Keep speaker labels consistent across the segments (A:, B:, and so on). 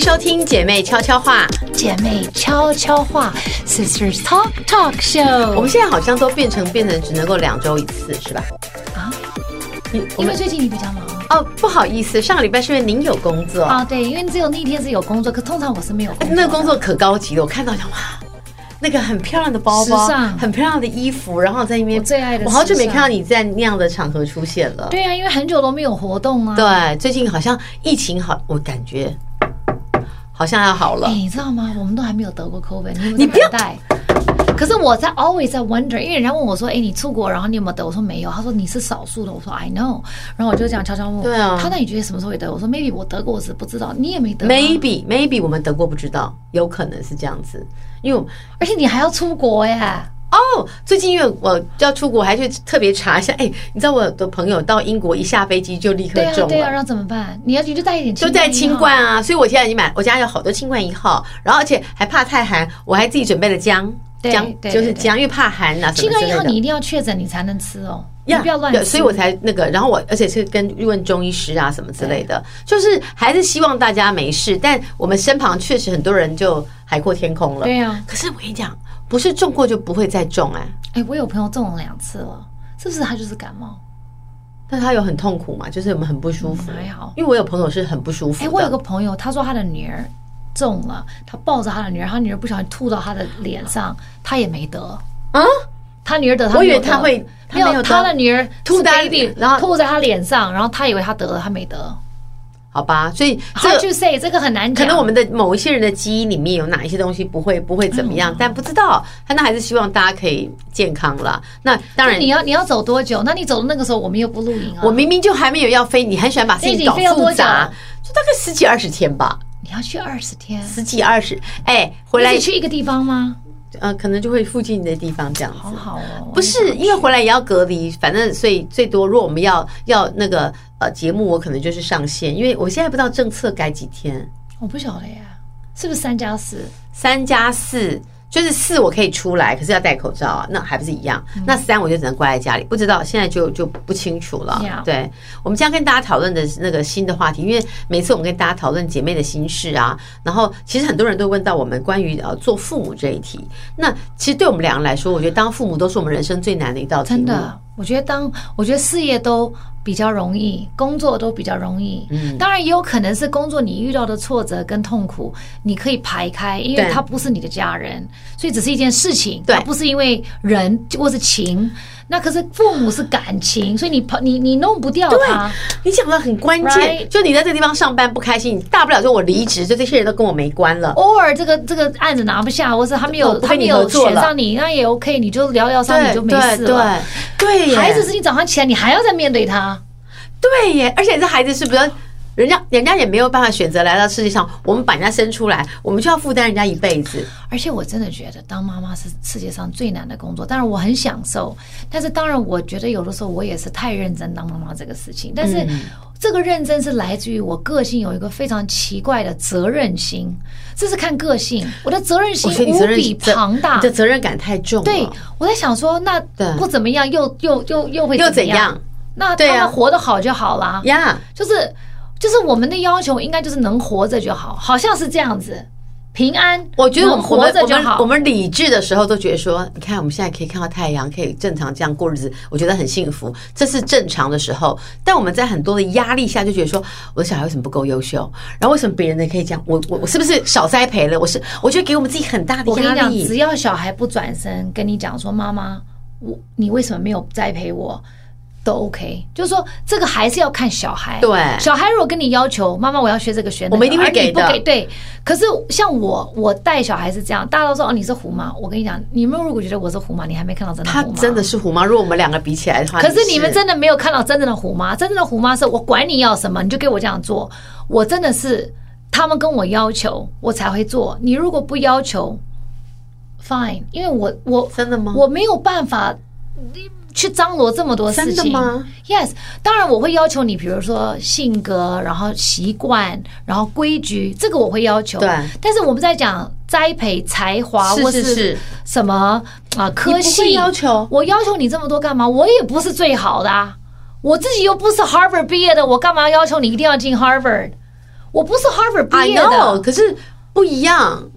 A: 收听姐妹悄悄话。
B: 姐妹悄悄话，Sisters Talk
A: 我
B: Talk Show
A: 们现在好像都变成变成只能够两周一次，是吧？
B: 啊，
A: 你我
B: 因为
A: 们
B: 最近你比较忙
A: 哦，不好意思，上个礼拜是因为您有工作，哎
B: 啊，对，因为只有那天是有工作，可通常我是没有工 作的。
A: 那个工作可高级了，我看到想哇。那个很漂亮的包
B: 时
A: 包，
B: 尚
A: 很漂亮的衣服，然后在那边，
B: 我最爱的
A: 我好久
B: 时
A: 没
B: 尚
A: 看到你在那样的场合出现了。
B: 对啊，因为很久都没有活动啊。
A: 对，最近好像疫情好，我感觉好像要好了
B: 哎，。你知道吗？我们都还没有得过 COVID，你有没
A: 你
B: 有
A: 不
B: 在
A: 要
B: 等待？可是我在 always 在 wonder，因为人家问我说：“哎，你出国，然后你有没有得？”我说没有。他说：“你是少数的。”我说：“I know。”然后我就这样悄悄问我，哎
A: 对啊
B: 他那你觉得什么时候会得？我说：“Maybe 我得过，我只是不知道。你也没得、啊，
A: Maybe maybe 我们德国不知道，有可能是这样子，因为我
B: 而且你还要出国哎耶。”
A: 哦，最近因为我要出国，还去特别查一下。哎、你知道我有的朋友到英国一下飞机就立刻
B: 对啊，
A: 中
B: 对啊，
A: 了。
B: 然后怎么办？你要你就带一点，
A: 就在清冠。啊，所以我现在已经买，我家有好多清冠一号，然后而且还怕太寒，我还自己准备了姜，
B: 对
A: 姜
B: 对
A: 就是
B: 对对
A: 姜，因为怕寒呐、啊，什
B: 清
A: 么之
B: 冠
A: 类
B: 一号
A: 的。
B: 你一定要确诊，你才能吃哦，你
A: 呀
B: 不要乱
A: 对
B: 吃。
A: 所以我才那个，然后我而且是跟问中医师啊什么之类的，就是还是希望大家没事，但我们身旁确实很多人就海阔天空了。
B: 对啊，
A: 可是我跟你讲，不是中过就不会再中哎、
B: 哎，我有朋友中了两次了，是不是他就是感冒？
A: 但他有很痛苦嘛，就是我们很不舒服。
B: 嗯还好
A: 因为我有朋友是很不舒服的。
B: 哎，我有个朋友，他说他的女儿中了，他抱着他的女儿，他女儿不小心吐到他的脸上，他也没得。
A: 啊，
B: 他女儿得，
A: 我以
B: 没有
A: 为他
B: 得
A: 会他
B: 没
A: 没有
B: 有，
A: 得
B: 他的女儿
A: 吐
B: 是
A: 在
B: baby，
A: 然后
B: 吐在他脸上，然后他以为他得了，他没得。
A: 好吧，所以这
B: Hard
A: 个
B: to say，这个很难
A: 可
B: 讲。
A: 能我们的某一些人的基因里面有哪一些东西不会不会怎么
B: 嗯
A: 样，但不知道。那还是希望大家可以健康啦。那当然
B: 你。要你要走多久？那你走的那个时候，我们又不露营啊。
A: 我明明就还没有要飞，你很喜欢把事
B: 所以
A: 情
B: 你
A: 搞
B: 飞要
A: 复
B: 多久
A: 杂，就大概十几二十天吧，
B: 你要去二十天，
A: 十几二十，哎，回来
B: 你只去一个地方吗？
A: 呃，可能就会附近的地方这样
B: 好
A: 子。
B: 好哦，
A: 不是，因为回来也要隔离，反正所以最多，如果我们要要那个呃节目，我可能就是上线，因为我现在不知道政策改几天，
B: 我不晓得呀，是不是三加四？
A: 三加四。就是四我可以出来，可是要戴口罩啊，那还不是一样？
B: 嗯
A: 那三我就只能关在家里，不知道现在就就不清楚了。
B: Yeah
A: 对，我们今天跟大家讨论的那个新的话题，因为每次我们跟大家讨论姐妹的心事啊，然后其实很多人都问到我们关于呃做父母这一题。那其实对我们两个人来说，我觉得当父母都是我们人生最难的一道题目。
B: 真的，我觉得当我觉得事业都比较容易，工作都比较容易。嗯，当然也有可能是工作你遇到的挫折跟痛苦，你可以排开，因为
A: 对
B: 它不是你的家人，所以只是一件事情，
A: 对
B: 它不是因为人或是情。那可是父母是感情，所以你跑你你弄不掉他。
A: 你讲的很关键
B: Right？
A: 就你在这个地方上班不开心，你大不了就我离职，就这些人都跟我没关了。
B: 偶尔这个这个案子拿不下，或是他们
A: 我
B: 有
A: 不
B: 他
A: 跟
B: 们
A: 你合
B: 有
A: 作
B: 选
A: 了
B: 上你，那也 OK，你就疗疗伤，
A: 对
B: 你就没事了。
A: 对对对耶，
B: 孩子是你早上起来，你还要再面对他。
A: 对耶，而且这孩子是不是人家人家也没有办法选择来到世界上，我们把人家生出来，我们就要负担人家一辈子。
B: 而且我真的觉得当妈妈是世界上最难的工作，当然我很享受，但是当然我觉得有的时候我也是太认真当妈妈这个事情，但是
A: 嗯
B: 这个认真是来自于我个性有一个非常奇怪的责任心，这是看个性，我的责任
A: 我
B: 心
A: 哦觉得你
B: 无
A: 责任
B: 比庞大
A: 你。的责任感太重了。
B: 对，我在想说，那
A: 对
B: 不怎么样，又又又又会
A: 又
B: 怎
A: 怎
B: 么样
A: 样？
B: 那
A: 对
B: 他
A: 啊
B: 们活得好就好啦，
A: 呀？
B: 就是就是我们的要求应该就是能活着就好，好像是这样子，平安。
A: 我觉得我
B: 能
A: 们我
B: 活
A: 们
B: 着
A: 我
B: 就
A: 们
B: 好
A: 我。们理智的时候都觉得说，你看我们现在可以看到太阳，可以正常这样过日子，我觉得很幸福，这是正常的时候。但我们在很多的压力下就觉得说，我的小孩为什么不够优秀？然后为什么别人的可以这样？我我我是不是少栽培了？我是我觉得给我们自己很大的
B: 我跟你
A: 压
B: 讲，
A: 力
B: 只。要小孩不转身跟你讲说：“妈妈，我你为什么没有栽培我？”都 OK，就是说这个还是要看小孩。
A: 对
B: 小孩如果跟你要求妈妈，我要学这个学那个，
A: 我们一定会
B: 而你
A: 给的
B: 不给对，可是像我，我带小孩是这样，大家都说哦你是虎妈，我跟你讲，你们如果觉得我是虎妈，你还没看到真的
A: 他
B: 虎妈。
A: 真的是虎妈，如果我们两个比起来的话，
B: 可是你们真的没有看到真正的虎妈，真正的虎妈是我管你要什么，你就给我这样做。我真的是他们跟我要求，我才会做。你如果不要求，fine，因为我我
A: 真的吗
B: 我没有办法去张罗这么多事情。
A: 真的吗
B: ？Yes，当然我会要求你，比如说性格，然后习惯，然后规矩，这个我会要求。
A: 对
B: 但是我们在讲栽培才华
A: 是
B: 或
A: 是是
B: 什么啊科
A: 你不会
B: 系
A: 要求
B: 我要求你这么多干嘛？我也不是最好的、啊，我自己又不是 Harvard 毕业的，我干嘛要求你一定要进 Harvard？我不是 Harvard
A: ，I
B: 毕业
A: know，
B: 的，
A: 可是不一样。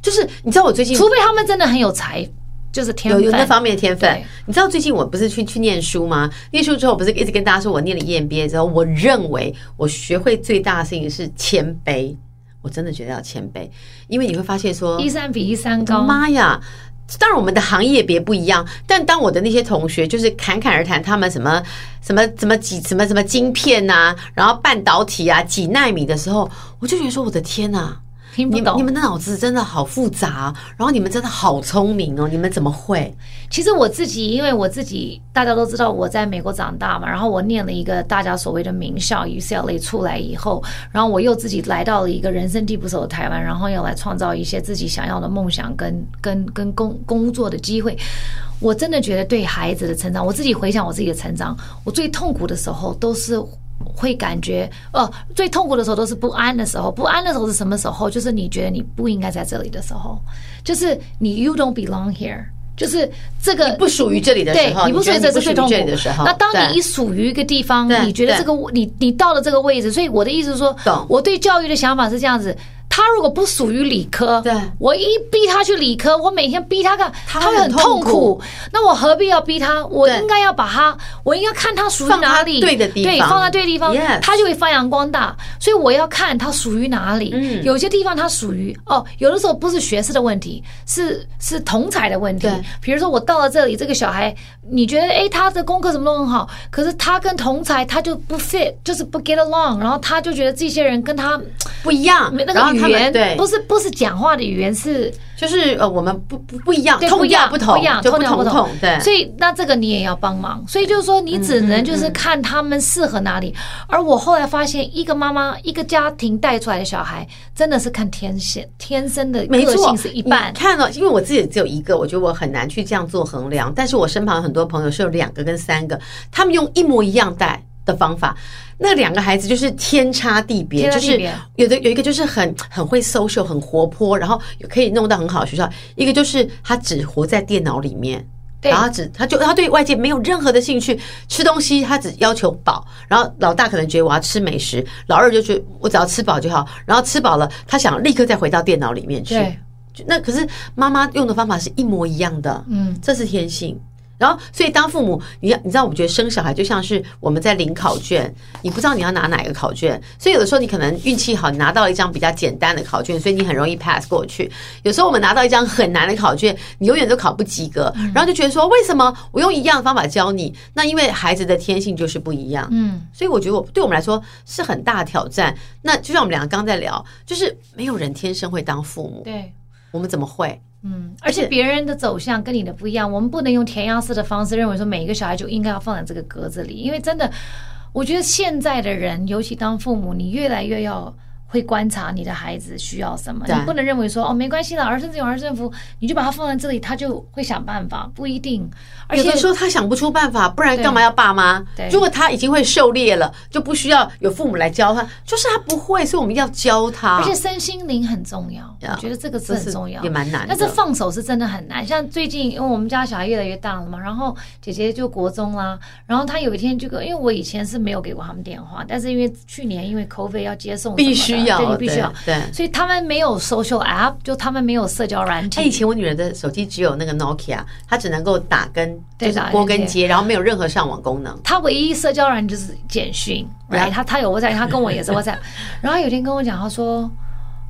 A: 就是你知道我最近
B: 除非他们真的很有才，就是天
A: 有
B: 分。
A: 有那方面的天分
B: 对。
A: 你知道最近我不是去去念书吗？念书之后，我不是一直跟大家说我念了 EMBA 之后，我认为我学会最大的事情是谦卑。我真的觉得要谦卑，因为你会发现说，
B: 一三比一三高，
A: 妈呀！当然，我们的行业别不一样，但当我的那些同学就是侃侃而谈，他们什么什么什么几什么什么晶片呐、然后半导体啊，几纳米的时候，我就觉得说，我的天呐、
B: 听不
A: 你们你
B: 懂。
A: 们的脑子真的好复杂、啊然后你们真的好聪明哦，你们怎么会？
B: 其实我自己，因为我自己大家都知道我在美国长大嘛，然后我念了一个大家所谓的名校 UCLA 出来以后，然后我又自己来到了一个人生地不熟的台湾，然后要来创造一些自己想要的梦想跟跟跟工工作的机会。我真的觉得对孩子的成长，我自己回想我自己的成长，我最痛苦的时候都是会感觉，呃，最痛苦的时候都是不安的时候。不安的时候是什么时候？就是你觉得你不应该在这里的时候，就是你 you don't belong here，就是这个
A: 不属于这里的时
B: 对
A: 候，
B: 你不属
A: 觉
B: 于
A: 得不
B: 这是
A: 属
B: 最
A: 于
B: 痛苦
A: 这里的时候，
B: 那当你
A: 对
B: 一属于一个地方，
A: 对
B: 你觉得
A: 对
B: 这个你你到了这个位置，所以我的意思是说
A: 懂，
B: 我对教育的想法是这样子。他如果不属于理科，
A: 对
B: 我一逼他去理科，我每天逼他干，
A: 他
B: 他
A: 会
B: 会
A: 很
B: 很
A: 痛苦
B: 痛苦。那我何必要逼他？我
A: 对
B: 应该要把他，我应该看他属于
A: 放他
B: 哪里，
A: 对的地方
B: 放在对的地方
A: Yes
B: 他就会发扬光大。所以我要看他属于哪里。
A: 嗯
B: 有些地方他属于哦，有的时候不是学识的问题，是是同才的问题
A: 对。
B: 比如说我到了这里，这个小孩，你觉得诶，他的功课什么都很好，可是他跟同才他就不 fit，就是不 get along，然后他就觉得这些人跟他
A: 不一样，
B: 那
A: 然
B: 个
A: 后
B: 语
A: 他们
B: 言
A: 对，
B: 不是不是讲话的语言是
A: 就是呃，我们不不不一样，
B: 对
A: 痛
B: 不一样
A: 调不同，
B: 不一样
A: 就
B: 痛调
A: 同
B: 不
A: 痛
B: 同，
A: 对，
B: 所以那这个你也要帮忙。所以就是说，你只能
A: 嗯
B: 就是看他们适合哪里。而我后来发现，一个妈妈一个家庭带出来的小孩，真的是看天性，天生的
A: 没
B: 个
A: 错
B: 性是一半
A: 你。看到、因为我自己只有一个，我觉得我很难去这样做衡量。但是我身旁很多朋友是有两个跟三个，他们用一模一样带的方法，那两个孩子就是天差地别，
B: 天差
A: 就
B: 地
A: 是
B: 别
A: 有的有一个就是很很会 social，很活泼，然后可以弄到很好的学校；一个就是他只活在电脑里面。
B: 对
A: 然后他只他就他对外界没有任何的兴趣，吃东西他只要求饱。然后老大可能觉得我要吃美食，老二就觉得我只要吃饱就好。然后吃饱了，他想立刻再回到电脑里面去。
B: 对，
A: 就那可是妈妈用的方法是一模一样的，
B: 嗯，
A: 这是天性。然后，所以当父母，你要你知道，我觉得生小孩就像是我们在领考卷，你不知道你要拿哪个考卷，所以有的时候你可能运气好，你拿到一张比较简单的考卷，所以你很容易 pass 过去。有时候我们拿到一张很难的考卷，你永远都考不及格，然后就觉得说，为什么我用一样的方法教你？那因为孩子的天性就是不一样，
B: 嗯，
A: 所以我觉得我对我们来说是很大的挑战。那就像我们两个刚在聊，就是没有人天生会当父母，
B: 对。
A: 我们怎么会？
B: 嗯，而
A: 而
B: 且
A: 且
B: 别人的走向跟你的不一样，我们不能用填鸭式的方式认为说每一个小孩就应该要放在这个格子里，因为真的，我觉得现在的人，尤其当父母，你越来越要会观察你的孩子需要什么，你
A: 对
B: 不能认为说哦没关系啦，儿孙自有儿孙福，你就把它放在这里，他就会想办法，不一定。而
A: 有
B: 且
A: 的时候啊他想不出办法，不然
B: 对
A: 干嘛要爸妈
B: 对？
A: 如果他已经会狩猎了，就不需要有父母来教他，就是他不会，所以我们要教他。
B: 而且身心灵很重要，
A: 呀
B: 我觉得这个是
A: 这
B: 很
A: 是
B: 重要，
A: 也蛮难的
B: 但是放手是真的很难。像最近，因为我们家小孩越来越大了嘛，然后姐姐就国中啦，然后她有一天就跟，因为我以前是没有给过他们电话，但是因为去年因为 COVID 要接送什么
A: 必
B: 的，
A: 须要
B: 对，你必须要，
A: 对对
B: 所以他们没有 social app，就他们没有社交软
A: 哎，以
B: 体。
A: 前我女儿的手机只有那个 Nokia，她只能够打跟就
B: 对
A: 是
B: 打
A: 拨跟
B: 连
A: 接，然后没有任何上网功能。
B: 他唯一社交软体就是简讯，
A: 呀
B: 来、他他有 WhatsApp，他跟我也是 WhatsApp，然后他有一天跟我讲，他说，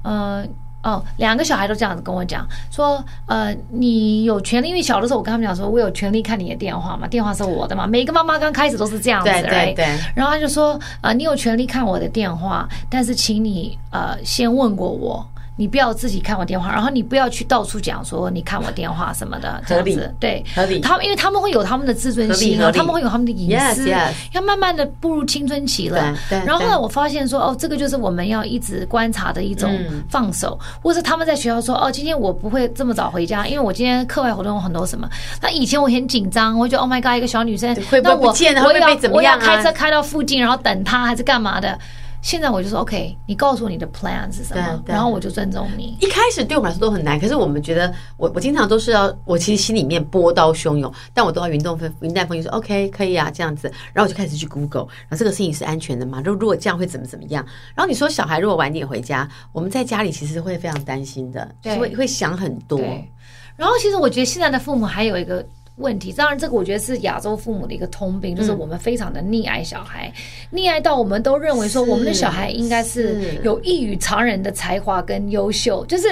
B: 呃，哦，两个小孩都这样子跟我讲，说，呃，你有权利，因为小的时候我跟他们讲说，我有权利看你的电话嘛，电话是我的嘛，每个妈妈刚开始都是这样子，
A: 对对
B: right？
A: 对，
B: 然后他就说，呃，你有权利看我的电话，但是请你呃先问过我。你不要自己看我电话，然后你不要去到处讲说你看我电话什么的，这样
A: 合理
B: 子对。
A: 合理。
B: 他们因为他们会有他们的自尊心
A: 合理合
B: 啊，
A: 理
B: 他们会有他们的隐
A: Yes,
B: 私
A: yes
B: 要慢慢的步入青春期了。
A: 对对
B: 然后后
A: 对
B: 来我发现说，哦，这个就是我们要一直观察的一种
A: 嗯
B: 放手，或是他们在学校说，哦，今天我不会这么早回家，因为我今天课外活动有很多什么。那以前我很紧张，我会觉得 Oh my God，一个小女生
A: 对会，不
B: 那
A: 会
B: 我
A: 不见了
B: 我
A: 会不会
B: 要
A: 被怎么
B: 我要
A: 样啊
B: 开车开到附近，然后等她还是干嘛的。现在我就说 OK，你告诉我你的 plan 是什么，
A: 对对
B: 然后我就尊重你。
A: 一开始对我们来说都很难，可是我们觉得我我经常都是要，我其实心里面波涛汹涌，但我都要云淡风云淡风轻说 OK 可以啊这样子，然后我就开始去 Google，然后这个事情是安全的吗？如如果这样会怎么怎么样？然后你说小孩如果晚点回家，我们在家里其实会非常担心的，就
B: 对
A: 是会会想很多，
B: 对，然后其实我觉得现在的父母还有一个。问题，当然这个我觉得是亚洲父母的一个通病，
A: 嗯
B: 就是我们非常的溺爱小孩，溺爱到我们都认为说
A: 是
B: 我们的小孩应该
A: 嗯是
B: 是有异于常人的才华跟优秀，就是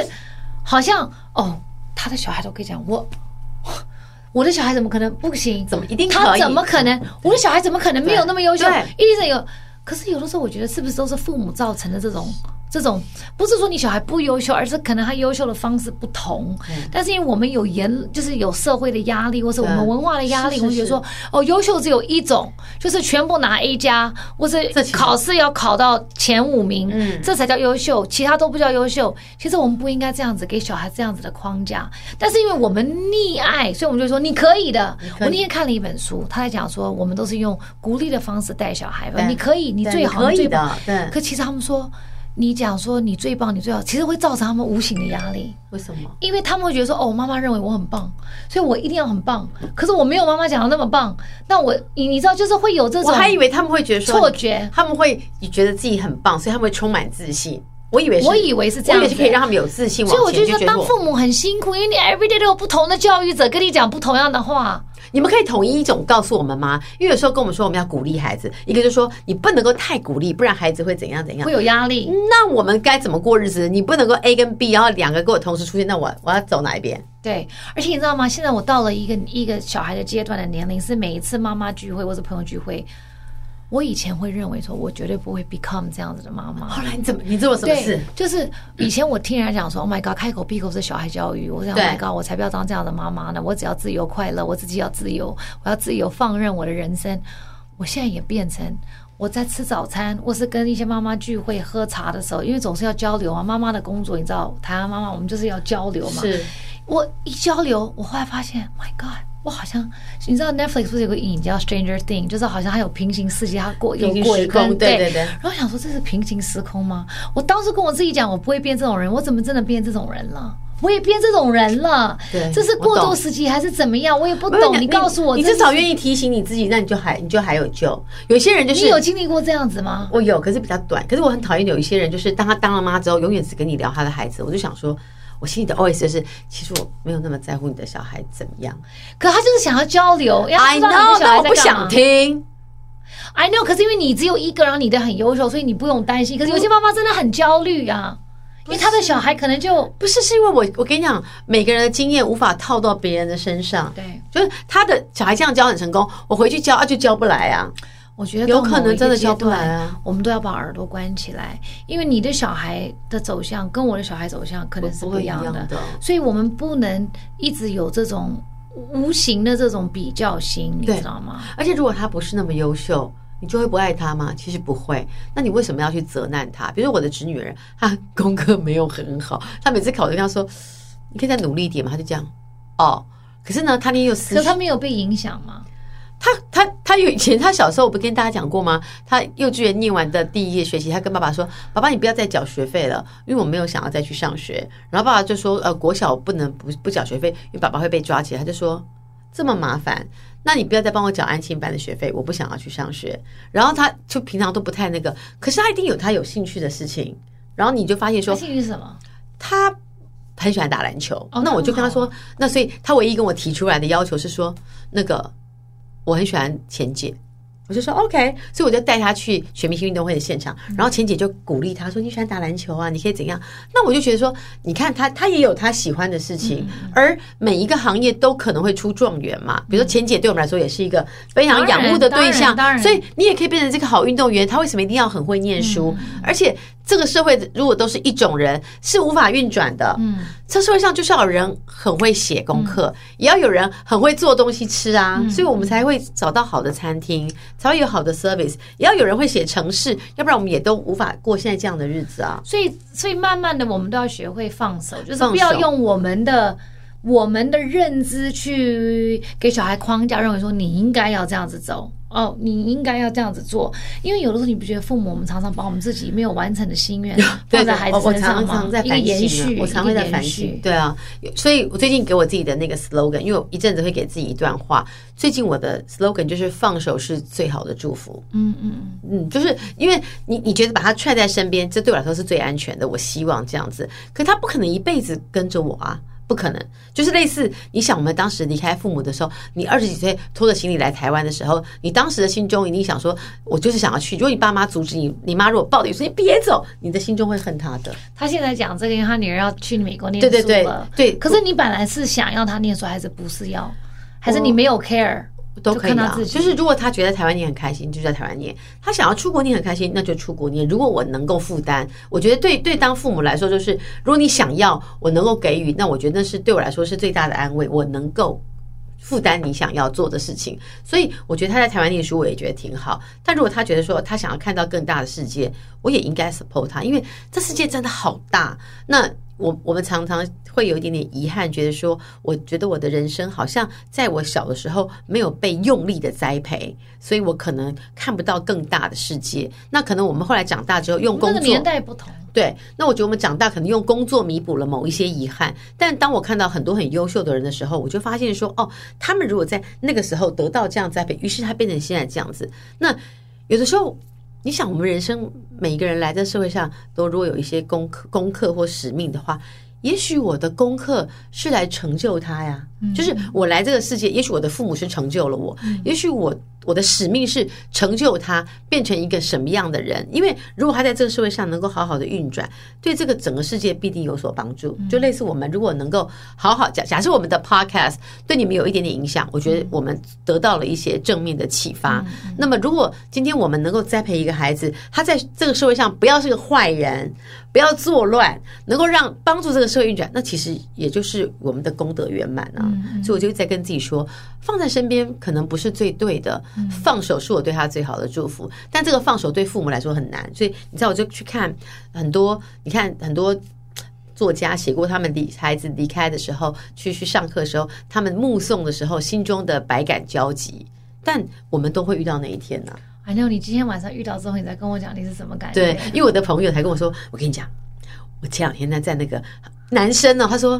B: 好像哦，他的小孩都可以讲我。我的小孩怎么可能不行？
A: 怎么一定可以
B: 他怎么可能？我的小孩怎么可能没有那么优秀
A: 对？
B: 一定是有。可是有的时候，我觉得是不是都是父母造成的这种这种？不是说你小孩不优秀，而是可能他优秀的方式不同。
A: 嗯
B: 但是因为我们有言，就是有社会的压力，或是我们
A: 对
B: 文化的压
A: 是
B: 力，
A: 是
B: 我们觉得说，哦，优秀只有一种，就是全部拿 A 加，或是
A: 这其实
B: 考试要考到前五名，
A: 嗯
B: 这才叫优秀，其他都不叫优秀。其实我们不应该这样子给小孩这样子的框架，但是因为我们溺爱，所以我们就说你可以的。
A: 可以
B: 我那天看了一本书，他在讲说，我们都是用鼓励的方式带小孩吧，
A: 对
B: 你可以，你
A: 对
B: 最好，
A: 可
B: 你
A: 以
B: 最棒。
A: 的，对，
B: 可其实他们说，你讲说你最棒，你最好，其实会造成他们无形的压力。
A: 为什么？
B: 因为他们会觉得说，哦，妈妈认为我很棒，所以我一定要很棒。可是我没有妈妈讲的那么棒，那我你你知道，就是会有这
A: 我
B: 种
A: 还以为他们会觉得说
B: 错觉。
A: 他们会觉得自己很棒，所以他们会充满自信。我以为是，
B: 我以为是这样
A: 我
B: 子
A: 以为是可以让他们有自信往
B: 所以
A: 前。
B: 我就
A: 就
B: 说，
A: 觉得
B: 当
A: 我
B: 父母很辛苦，因为你 every day 都有不同的教育者跟你讲不同样的话。
A: 你们可以统一一种告诉我们吗？因为有时候跟我们说我们要鼓励孩子，一个就说你不能够太鼓励，不然孩子会怎样怎样
B: 会。有压力。
A: 那我们该怎么过日子？你不能够 A 跟 B，然后两个跟我同时出现，那我我要走哪一边？
B: 对，而且你知道吗？现在我到了一个一个小孩的阶段的年龄，是每一次妈妈聚会或者朋友聚会，我以前会认为说，我绝对不会 become 这样子的妈妈。
A: 后来你怎么你做了什么事
B: 对？，就是以前我听人家讲说，Oh my god，开口闭口是小孩教育。我想，Oh
A: 对
B: my god，我才不要当这样的妈妈呢！我只要自由快乐，我自己要自由，我要自由放任我的人生。我现在也变成我在吃早餐，或是跟一些妈妈聚会喝茶的时候，因为总是要交流啊。妈妈的工作，你知道，台湾妈妈我们就是要交流嘛。
A: 是
B: 我一交流，我后来发现，My God，我好像你知道 Netflix 不是有个影集叫《Stranger Thing》，就是好像它有平行世界，它过有
A: 平行
B: 鬼
A: 时空
B: 跟
A: 对对
B: 对
A: 对
B: 然后想说这是平行时空吗？我当时跟我自己讲，我不会变这种人，我怎么真的变这种人了？我也变这种人了
A: 对，
B: 这是过
A: 我
B: 渡
A: 懂
B: 时期还是怎么样？我也不
A: 没有
B: 懂。你告诉我，
A: 你
B: 这
A: 至
B: 是
A: 少愿意提醒你自己，那你就还你就还有救。有些人就是
B: 你有经历过这样子吗？
A: 我有，可是比较短。可是我很讨厌有一些人，就是当他当了妈之后，永远只跟你聊他的孩子。我就想说，我心里的 OS 就是，其实我没有那么在乎你的小孩怎么样。
B: 可他就是想要交流，要
A: I
B: 知道你
A: know，
B: 的小
A: 但
B: 孩
A: 我
B: 在
A: 不
B: 干
A: 想
B: 嘛。
A: 听。
B: I know，可是因为你只有一个，然后你的很优秀，所以你不用担心。可是有些妈妈真的很焦虑啊，因为她的小孩可能就
A: 不是，是因为我我跟你讲，每个人的经验无法套到别人的身上。
B: 对，
A: 就是他的小孩这样教很成功，我回去教啊就教不来啊。
B: 我觉得
A: 有
B: 到
A: 可能
B: 某一个
A: 真的
B: 阶
A: 教不
B: 段
A: 来啊。
B: 我们都要把耳朵关起来，因为你的小孩的走向跟我的小孩走向可能是
A: 不
B: 不
A: 会
B: 一样
A: 一样
B: 的，
A: 的
B: 所以我们不能一直有这种无形的这种比较心，你
A: 对
B: 知道吗？
A: 而且如果他不是那么优秀，你就会不爱他吗？其实不会。那你为什么要去责难他？比如说我的侄女儿，她功课没有很好，她每次考试跟她说：“你可以再努力一点嘛。”她就这样哦。可是呢，她那天又
B: 可
A: 思
B: 是
A: 绪
B: 他，没有被影响吗？
A: 她她她有以前她小时候我不跟大家讲过吗？她幼稚园念完的第一个学期，她跟爸爸说：“爸爸，你不要再缴学费了，因为我没有想要再去上学。”然后爸爸就说：“呃，国小不能不不缴学费，因为爸爸会被抓起来。”他就说：“这么麻烦，那你不要再帮我缴安亲班的学费，我不想要去上学。然后他就平常都不太那个，可是他一定有他有兴趣的事情。然后你就发现
B: 他
A: 说
B: 兴趣是什么？
A: 他很喜欢打篮球，
B: 哦
A: 那我就跟他
B: 那很
A: 说，那所以他唯一跟我提出来的要求是说，那个我很喜欢钱姐。我就说 OK，所以我就带他去全明星运动会的现场，
B: 嗯
A: 然后钱姐就鼓励他说：“你喜欢打篮球啊，你可以怎样？”那我就觉得说，你看他，他也有他喜欢的事
B: 嗯
A: 情，而每一个行业都可能会出状元嘛。比如说钱姐对我们来说也是一个非常仰慕的对象
B: 当然当，然
A: 所以你也可以变成这个好运动员。他为什么一定要很会念书？
B: 嗯
A: 而且这个社会如果都是一种人，是无法运转的。
B: 嗯，
A: 这社会上就是要有人很会写功课，也要有人很会做东西吃啊，
B: 嗯
A: 所以我们才会找到好的餐厅，才会有好的 service，也要有人会写城市，要不然我们也都无法过现在这样的日子啊。
B: 所以，所以慢慢的，我们都要学会放手，就是
A: 放手
B: 不要用我们的我们的认知去给小孩框架，认为说你应该要这样子走。哦，你应该要这样子做，因为有的时候你不觉得父母，我们常常把我们自己没有完成的心愿
A: 对
B: 放
A: 对
B: 在孩
A: 我
B: 子
A: 我
B: 身上
A: 常
B: 嘛，
A: 常在
B: 一个
A: 反
B: 延
A: 省啊
B: 续，，
A: 我常会在
B: 一个延
A: 反
B: 续
A: 省。对啊，有所以我最近给我自己的那个 slogan，因为我一阵子会给自己一段话。最近我的 slogan 就是“放手是最好的祝福”。
B: 嗯嗯
A: 嗯，就是因为你你觉得把它踹在身边，这对我来说是最安全的。我希望这样子，可他不可能一辈子跟着我啊。不可能，就是类似你想，我们当时离开父母的时候，你二十几岁拖着行李来台湾的时候，你当时的心中一定想说，我就是想要去。如果你爸妈阻止你，你妈如果抱着你说你别走，你的心中会恨他的。
B: 嗯，他现在讲这个，因为他女儿要去美国念
A: 对对
B: 书
A: 对
B: 了
A: 对
B: 可是你本来是想要他念书，还是不是要？还是你没有 care？
A: 都可以
B: 就看
A: 啊
B: 他自己
A: 就是如果他觉得台湾你很开心，就在台湾念；他想要出国念很开心，那就出国念。如果我能够负担，我觉得对对当父母来说，就是如果你想要，我能够给予，那我觉得是对我来说是最大的安慰，我能够。负担你想要做的事情，所以我觉得他在台湾念书，我也觉得挺好。但如果他觉得说他想要看到更大的世界，我也应该 support 他，因为这世界真的好大。那我我们常常会有一点点遗憾，觉得说，我觉得我的人生好像在我小的时候没有被用力的栽培，所以我可能看不到更大的世界。那可能我们后来长大之后用工
B: 那
A: 作
B: 个年代不同。
A: 对，那我觉得我们长大可能用工作弥补了某一些遗憾，但当我看到很多很优秀的人的时候，我就发现说，哦，他们如果在那个时候得到这样栽培，于是他变成现在这样子。那有的时候，你想，我们人生每一个人来在社会上都如果有一些功课、功课或使命的话。也许我的功课是来成就他呀，就是我来这个世界，也许我的父母是成就了我，也许我我的使命是成就他变成一个什么样的人。因为如果他在这个社会上能够好好的运转，对这个整个世界必定有所帮助。就类似我们如果能够好好假假设我们的 podcast 对你们有一点点影响，我觉得我们得到了一些正面的启发。那么如果今天我们能够栽培一个孩子，他在这个社会上不要是个坏人，不要作乱，能够让帮助这个社会运转，那其实也就是我们的功德圆满啊。所以我就在跟自己说，放在身边可能不是最对的，放手是我对他最好的祝福。但这个放手对父母来说很难，所以你知道，我就去看很多，你看很多。作家写过他们离孩子离开的时候，去去上课的时候，他们目送的时候，心中的百感交集。但我们都会遇到那一天啊呢、
B: 哎呦，你今天晚上遇到之后，你再跟我讲你是什么感觉？
A: 对，因为我的朋友才跟我说，我跟你讲，我前两天呢在那个男生呢，他说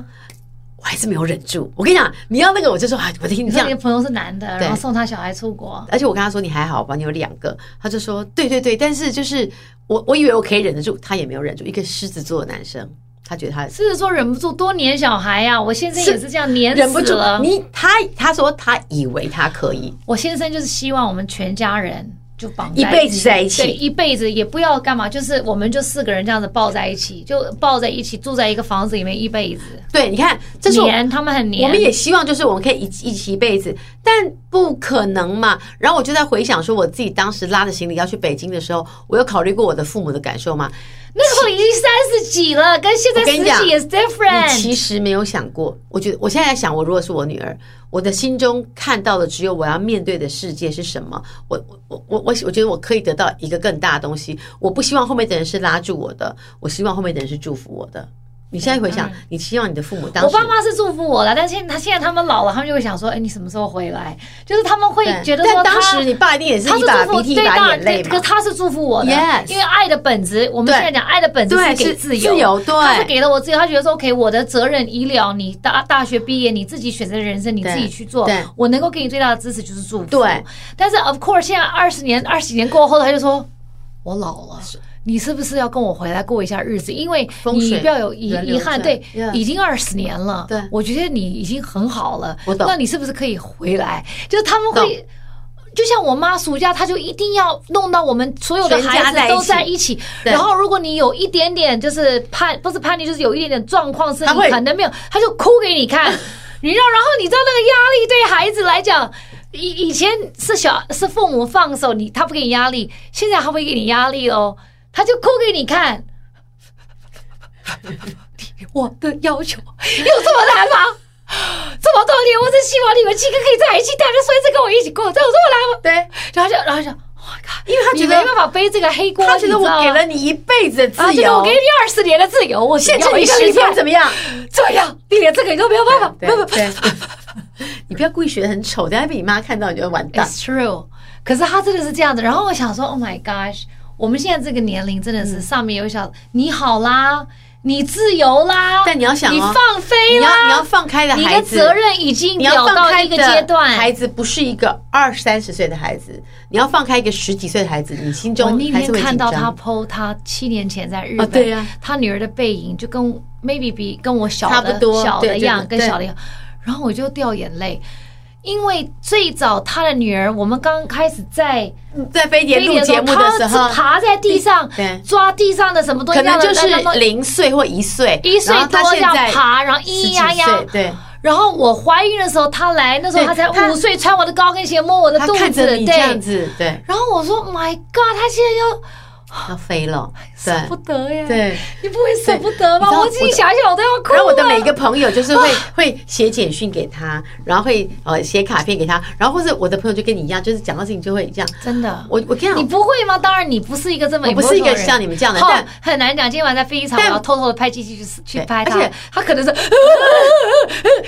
A: 我还是没有忍住。我跟你讲，你要那个我就说啊，我听
B: 你
A: 你这
B: 说
A: 样
B: 你的朋友是男的，然
A: 对
B: 后送他小孩出国，
A: 而且我跟他说你还好吧，你有两个，他就说对对对，但是就是我我以为我可以忍得住，他也没有忍住。一个狮子座的男生，他觉得他
B: 是说忍不住多黏小孩呀、我先生也是这样黏
A: 忍不
B: 死
A: 住
B: 了，。
A: 你他他说他以为他可以，
B: 我先生就是希望我们全家人就绑
A: 一辈子在一
B: 一
A: 起
B: 对，一辈子也不要干嘛，就是我们就四个人这样子抱在一起，就抱在一起住在一个房子里面一辈子。
A: 对，你看这是我
B: 黏，他们很黏。
A: 我们也希望就是我们可以一起一起一辈子，但不可能嘛。然后我就在回想说，我自己当时拉着行李要去北京的时候，我有考虑过我的父母的感受吗？
B: 那时候已经三十几了，跟现在
A: 我跟
B: 十
A: 你讲
B: 几也是
A: 你其
B: different。
A: 实没有想过，我觉得我现在在想，我如果是我女儿，我的心中看到的只有我要面对的世界是什么。我我我我我觉得我可以得到一个更大的东西。我不希望后面的人是拉住我的，我希望后面的人是祝福我的。你现在回想，你希望你的父母当时
B: 我爸妈是祝福我的，但现他现在他们老了，他们就会想说：“哎，你什么时候回来？”就是他们会
A: 对
B: 觉得说
A: 但
B: 他
A: 当时你爸一定也是
B: 他
A: 一
B: 是
A: 把
B: 祝福
A: 鼻
B: 我
A: 涕一
B: 对当
A: 把
B: 然
A: 眼泪嘛
B: 可。他是祝福我的
A: Yes
B: 因为爱的本质，我们
A: 对
B: 现在讲爱的本质
A: 对
B: 给
A: 是
B: 自由，
A: 自由对
B: 他是给了我自由，他觉得说 OK，我的责任医疗，你大大学毕业，你自己选择人生，你自己去做
A: 对，
B: 我能够给你最大的支持就是祝福，
A: 对。
B: 但是 of course，现在二十年、二十年过后，他就说，我老了。你是不是要跟我回来过一下日子？因为
A: 风水
B: 你不要有遗
A: 人流
B: 遗憾，
A: 转
B: 对
A: Yeah
B: 已经二十年了。
A: 对
B: 我觉得你已经很好了。
A: 我懂
B: 那你是不是可以回来？就是他们会，就像我妈暑假，她就一定要弄到我们所有的
A: 全家
B: 孩
A: 在
B: 子
A: 一
B: 都
A: 起
B: 在一起。
A: 对
B: 然后，如果你有一点点就是叛，不是叛逆，就是有一点点状况，是
A: 她
B: 你
A: 会
B: 可能没有，她就哭给你 看。你知道，然后你知道那个压力对孩子来讲，以以前是小是父母放手，你他不给你压力，现在他会给你压力哦，他就哭给你看。 我的要求有这么难吗？ 这么多年，我只希望你们七个可以在一起，带着孙子跟我一起过，这有这么难吗？
A: 对，
B: 然后就，然后就，Oh my god！
A: 因为他觉
B: 你
A: 得
B: 没办法背这个黑锅，
A: 他觉得
B: 你知道
A: 我
B: 吗
A: 给了你一辈子的
B: 啊，
A: 自
B: 觉得
A: 由
B: 我给，你二十年的自由，我只
A: 现在
B: 要
A: 你
B: 一
A: 看一
B: 时
A: 天怎
B: 间
A: 么样？
B: 这样，你连这个你都没有办法，
A: 对
B: 不不不
A: 对，你不要故意学的很丑，等下被你妈看到你就完蛋。
B: 哎啊，It's true。可是他真的是这样子，然后我想说，Oh my gosh，我们现在这个年龄真的是上面有小、你好啦，你自由啦，
A: 但你要想哦
B: 你放飞
A: 你
B: 啦，
A: 要你要放开的
B: 你
A: 孩
B: 的
A: 子，
B: 责任已经
A: 你要
B: 表
A: 放
B: 到
A: 开
B: 一个阶段，
A: 孩子不是一个二三十岁的孩子，你要放开一个十几岁的孩子，你心
B: 我
A: 中
B: 那
A: 还是
B: 天
A: 会
B: 看
A: 紧
B: 到他
A: 张。
B: PO 他七年前在日
A: 哦
B: 本，
A: 对呀
B: 他女儿的背影就跟 maybe 比跟我小的
A: 差不多
B: 小的
A: 对
B: 样，
A: 对
B: 跟小的样，然后我就掉眼泪，因为最早他的女儿，我们刚开始在
A: 在飞碟录节目的时
B: 她
A: 候
B: 是，爬在地上
A: 对
B: 抓地上的什么东西，
A: 可能就是
B: 让她弄
A: 零岁或一岁，
B: 一岁
A: 然后他
B: 多
A: 现
B: 要
A: 在
B: 爬，然后咿咿呀
A: 十几
B: 呀
A: 岁。对，
B: 然后我怀孕的时候，他来那时候
A: 对
B: 他才
A: 她
B: 五岁，穿我的高跟鞋，摸我的
A: 他
B: 肚
A: 看
B: 子，
A: 着你这样
B: 对。
A: 子，对，
B: 然后我说 My God，他现在要。
A: 要飞了，对
B: 舍哎不得耶！
A: 对。
B: 你不会舍不得吗？
A: 对你知道
B: 我自己想一想，我都要哭啊
A: 然
B: 了。
A: 后我的每一个朋友就是 会会写简讯给他，然后会呃写卡片给他，然后或者我的朋友就跟你一样，就是讲到事情就会这样。
B: 真的，
A: 我我跟
B: 你
A: 你讲，
B: 不会吗？当然，你不是一个这么，
A: 我不是一个
B: emotional 人
A: 像你们这样的
B: 好
A: 但
B: 很难讲。今天晚上在飞机场，
A: 但
B: 然后偷偷的拍机器去去拍他
A: 而且，
B: 他可能是，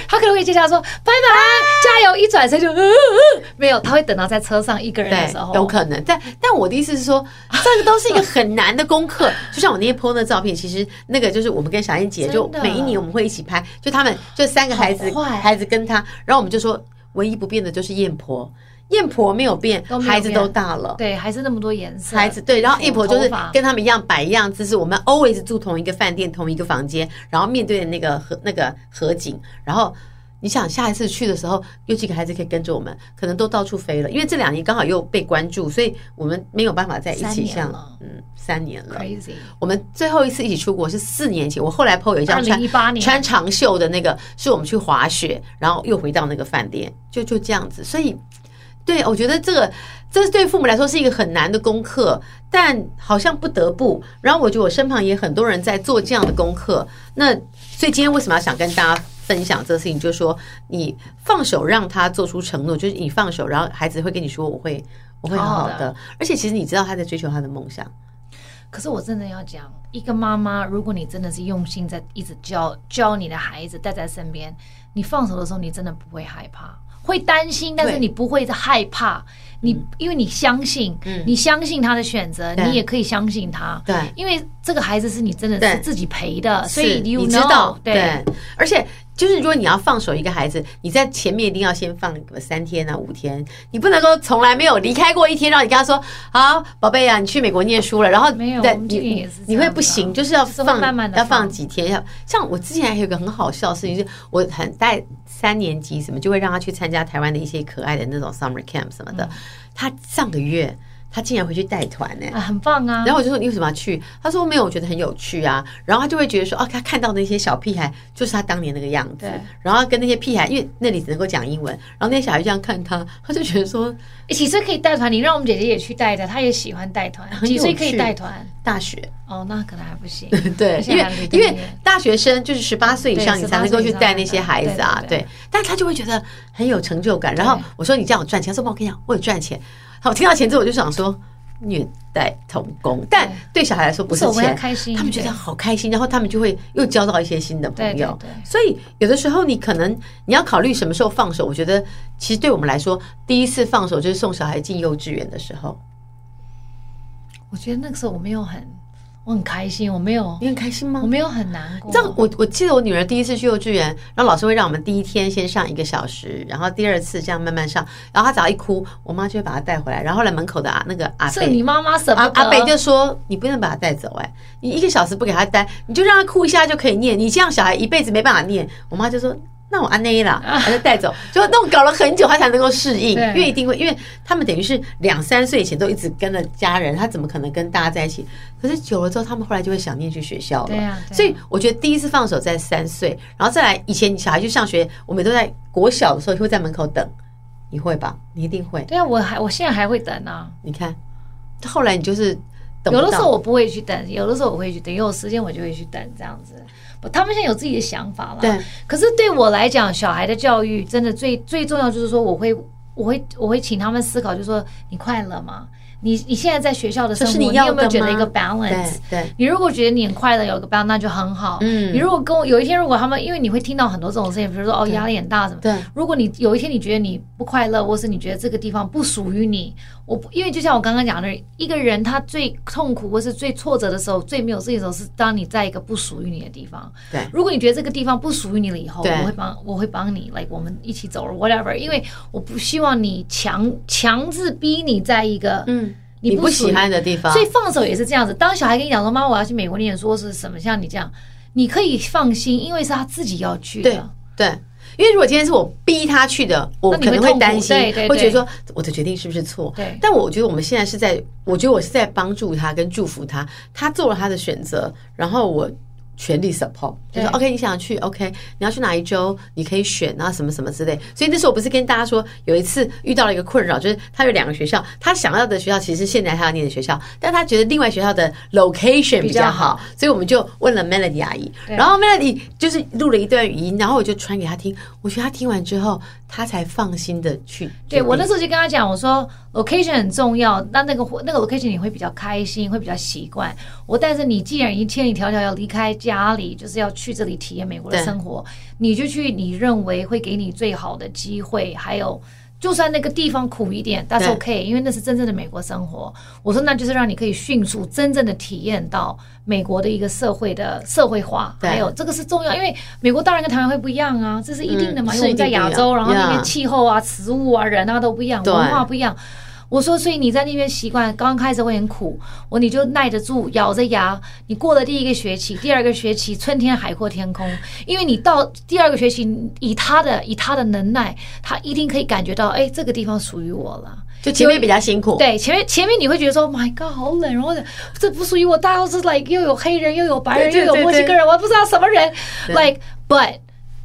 B: 他可能会接下来说拜拜，加油！一转身就 没有，他会等到在车上一个人的
A: 对
B: 时候，，
A: 有可能。但但我的意思是 说，这个都是一个很难的功课。就像我那天 PO 的照片，其实那个就是我们跟小燕姐，
B: 真的
A: 就每一年我们会一起拍，就他们就三个孩子，
B: 好坏
A: 孩子跟他，然后我们就说，唯一不变的就是燕婆，燕婆没有变
B: 都没有，变
A: 孩子都大了。
B: 对，还是那么多颜色，
A: 孩子对，然后一婆就
B: 头
A: 是
B: 发
A: 跟他们一样摆一样姿势，我们 always 住同一个饭店、同一个房间，然后面对那个河那个河景，然后你想下一次去的时候，有几个孩子可以跟着我们，可能都到处飞了，因为这两年刚好又被关注，所以我们没有办法在一
B: 三
A: 起
B: 年
A: 像
B: 了
A: 嗯三年了。
B: crazy，
A: 我们最后一次一起出国是四年前，我后来 PO 有一张穿
B: 2018年
A: 穿长袖的那个，是我们去滑雪，然后又回到那个饭店，就就这样子。所以，对我觉得这个这是对父母来说是一个很难的功课，但好像不得不。然后我觉得我身旁也很多人在做这样的功课。那所以今天为什么要想跟大家？分享这个事情，就是说你放手让他做出承诺，就是你放手，然后孩子会跟你说我会我会好好
B: 好好
A: 的
B: 的，
A: 而且其实你知道他在追求他的梦想，
B: 可是我真的要讲，一个妈妈，如果你真的是用心在一直教教你的孩子带在身边，你放手的时候，你真的不会害怕，会担心，但是
A: 对
B: 你不会害怕。你、因为你相信，你相信他的选择，
A: 对
B: 你也可以相信他。
A: 嗯对
B: 因为这个孩子是你真的
A: 对
B: 是自己陪的，所
A: 是
B: 以 you
A: 你
B: know,
A: 知道
B: 对，
A: 而且就是如果你要放手一个孩子，你在前面一定要先放个三天啊五天，你不能够从来没有离开过一天，让你跟他说好宝贝啊，你去美国念书了，然后
B: 没有
A: 对
B: 我们
A: 你
B: 这个也
A: 你
B: 是这样
A: 你会
B: 子啊
A: 不行，就是要
B: 就是会
A: 放
B: 慢慢地
A: 要放
B: 放嗯
A: 几天，要像我之前还有一个很好笑的事情，是我很带三年级什么就会让他去参加台湾的一些可爱的那种 summer camp 什么
B: 嗯
A: 的，他上个月他竟然回去带团呢、
B: 啊，很棒啊。
A: 然后我就说你为什么要去？他说没有，我觉得很有趣啊。然后他就会觉得说，哦，他看到那些小屁孩就是他当年那个样子
B: 对，
A: 然后跟那些屁孩，因为那里只能够讲英文，然后那些小孩就这样看他，他就觉得说，
B: 几岁可以带团？你让我们姐姐也去带的，她也喜欢带团。
A: 有
B: 几岁可
A: 趣
B: 以带团？
A: 大学
B: 哦，那可能还不行。
A: 对，因
B: 现
A: 为
B: 在还没
A: 因为
B: 毕业
A: 大学生就是十八岁以上，
B: 对
A: 你才能够去带那些孩子啊，
B: 对对对
A: 对。但他就会觉得很有成就感。然后我说你这样有赚钱，他说妈我跟你讲，我有赚钱。好，我听到钱之后我就想说。虐待童工，但对小孩来说不是
B: 无所谓啊
A: 钱，
B: 他开心
A: 他们觉得好开心，然后他们就会又交到一些新的朋
B: 对对
A: 友。
B: 对。
A: 所以有的时候你可能你要考虑什么时候放手。我觉得其实对我们来说，第一次放手就是送小孩进幼稚园的时候，
B: 我觉得那个时候我没有很，我很开心，我没有，
A: 你很开心吗
B: 我？没有很难过。
A: 嗯这样，我我记得我女儿第一次去幼稚园，然后老师会让我们第一天先上一个小时，然后第二次这样慢慢上，然后她只要一哭，我妈就会把她带回来。然后后来门口的啊那个阿
B: 是
A: 贝
B: 你妈妈舍不
A: 阿
B: 得。
A: 阿北就说：“你不能把他带走、哎，你一个小时不给他带，你就让他哭一下就可以念。你这样小孩一辈子没办法念。”我妈就说：“那我安内 啦，把他带走。”就弄搞了很久，他才能够适应，
B: 对
A: 因为一定会，因为他们等于是两三岁以前都一直跟着家人，他怎么可能跟大家在一起？可是久了之后，他们后来就会想念去学校了。
B: 对啊对啊
A: 所以我觉得第一次放手在三岁，然后再来以前小孩去上学，我们都在国小的时候会在门口等，你会吧？你一定会。
B: 对啊，我还我现在还会等啊。
A: 你看，后来你就是等不
B: 有的
A: 到
B: 时候我不会去等，有的时候我会去等，有时间我就会去等这样子。不他们现在有自己的想法了。
A: 对。
B: 可是对我来讲，小孩的教育真的最最重要，就是说我会我会我会请他们思考，就是说你快乐吗？你你现在在学校的生活，
A: 这是你要的
B: 有没有觉得一
A: 吗
B: 个 balance？
A: 对对
B: 你如果觉得你很快乐，有个 balance，那就很好。
A: 嗯
B: 你如果跟我有一天，如果他们因为你会听到很多这种事情，比如说哦压力很大什么。
A: 对
B: 如果你有一天你觉得你不快乐，或是你觉得这个地方不属于你，我不因为就像我刚刚讲的，一个人他最痛苦或是最挫折的时候，最没有自己的时候，是当你在一个不属于你的地方。
A: 对
B: 如果你觉得这个地方不属于你了以后，
A: 对
B: 我会帮，我会帮你，like 我们一起走了，whatever。因为我不希望你强强制逼你在一个
A: 嗯，
B: 你
A: 你不
B: 属于
A: 喜欢的地方
B: 所，以放手也是这样子。当小孩跟你讲说：“妈，我要去美国念书，是什么？”像你这样，你可以放心，因为是他自己要去
A: 对
B: 的。
A: 对。因为如果今天是我逼他去的，我
B: 哦那你
A: 可
B: 会
A: 能会
B: 痛苦
A: 担心，
B: 对对
A: 会觉得
B: 对
A: 说我的决定是不是错？
B: 对
A: 但我觉得我们现在是在，我觉得我是在帮助他跟祝福他，他做了他的选择，然后我全力 support，就
B: 对
A: 是 OK，你想去 OK，你要去哪一州，你可以选啊，什么什么之类。所以那时候我不是跟大家说，有一次遇到了一个困扰，就是他有两个学校，他想要的学校其实是现在他要念的学校，但他觉得另外学校的 location 比
B: 比较
A: 较
B: 好
A: 好，啊所以我们就问了 Melody 阿姨，
B: 对
A: 然后 Melody 就是录了一段语音，然后我就传给他听，我觉得他听完之后，他才放心的去。
B: 对我那时候就跟他讲，我说 location 很重要，那那个那个 location 你会比较开心，会比较习惯。我但是你既然已经千里迢迢要离开家里，就是要去这里体验美国的
A: 对
B: 生活，你就去你认为会给你最好的机会，还有。就算那个地方苦一点，that's
A: 对
B: OK，因为那是真正的美国生活。我说那就是让你可以迅速、真正的体验到美国的一个社会的社会化，
A: 对
B: 还有这个是重要，因为美国当然跟台湾会不一样啊，这是一定的嘛，
A: 嗯
B: 因
A: 是
B: 为我们
A: 一定
B: 在
A: 不一样
B: 亚洲，然后那边
A: Yeah
B: 气候啊、食物啊、人啊都不一样，
A: 对
B: 文化不一样。我说，所以你在那边习惯，刚开始会很苦，我你就耐得住，咬着牙，你过了第一个学期，第二个学期春天海阔天空，因为你到第二个学期，以他的以他的能耐，他一定可以感觉到，哎，这个地方属于我了。
A: 就前面比较辛苦，
B: 对，前面前面你会觉得说，My God，好冷，然后这不属于我，大家都是 like 又有黑人，又有白人，
A: 对对
B: 又有墨西哥人，我还不知道什么人
A: 对
B: ，like but。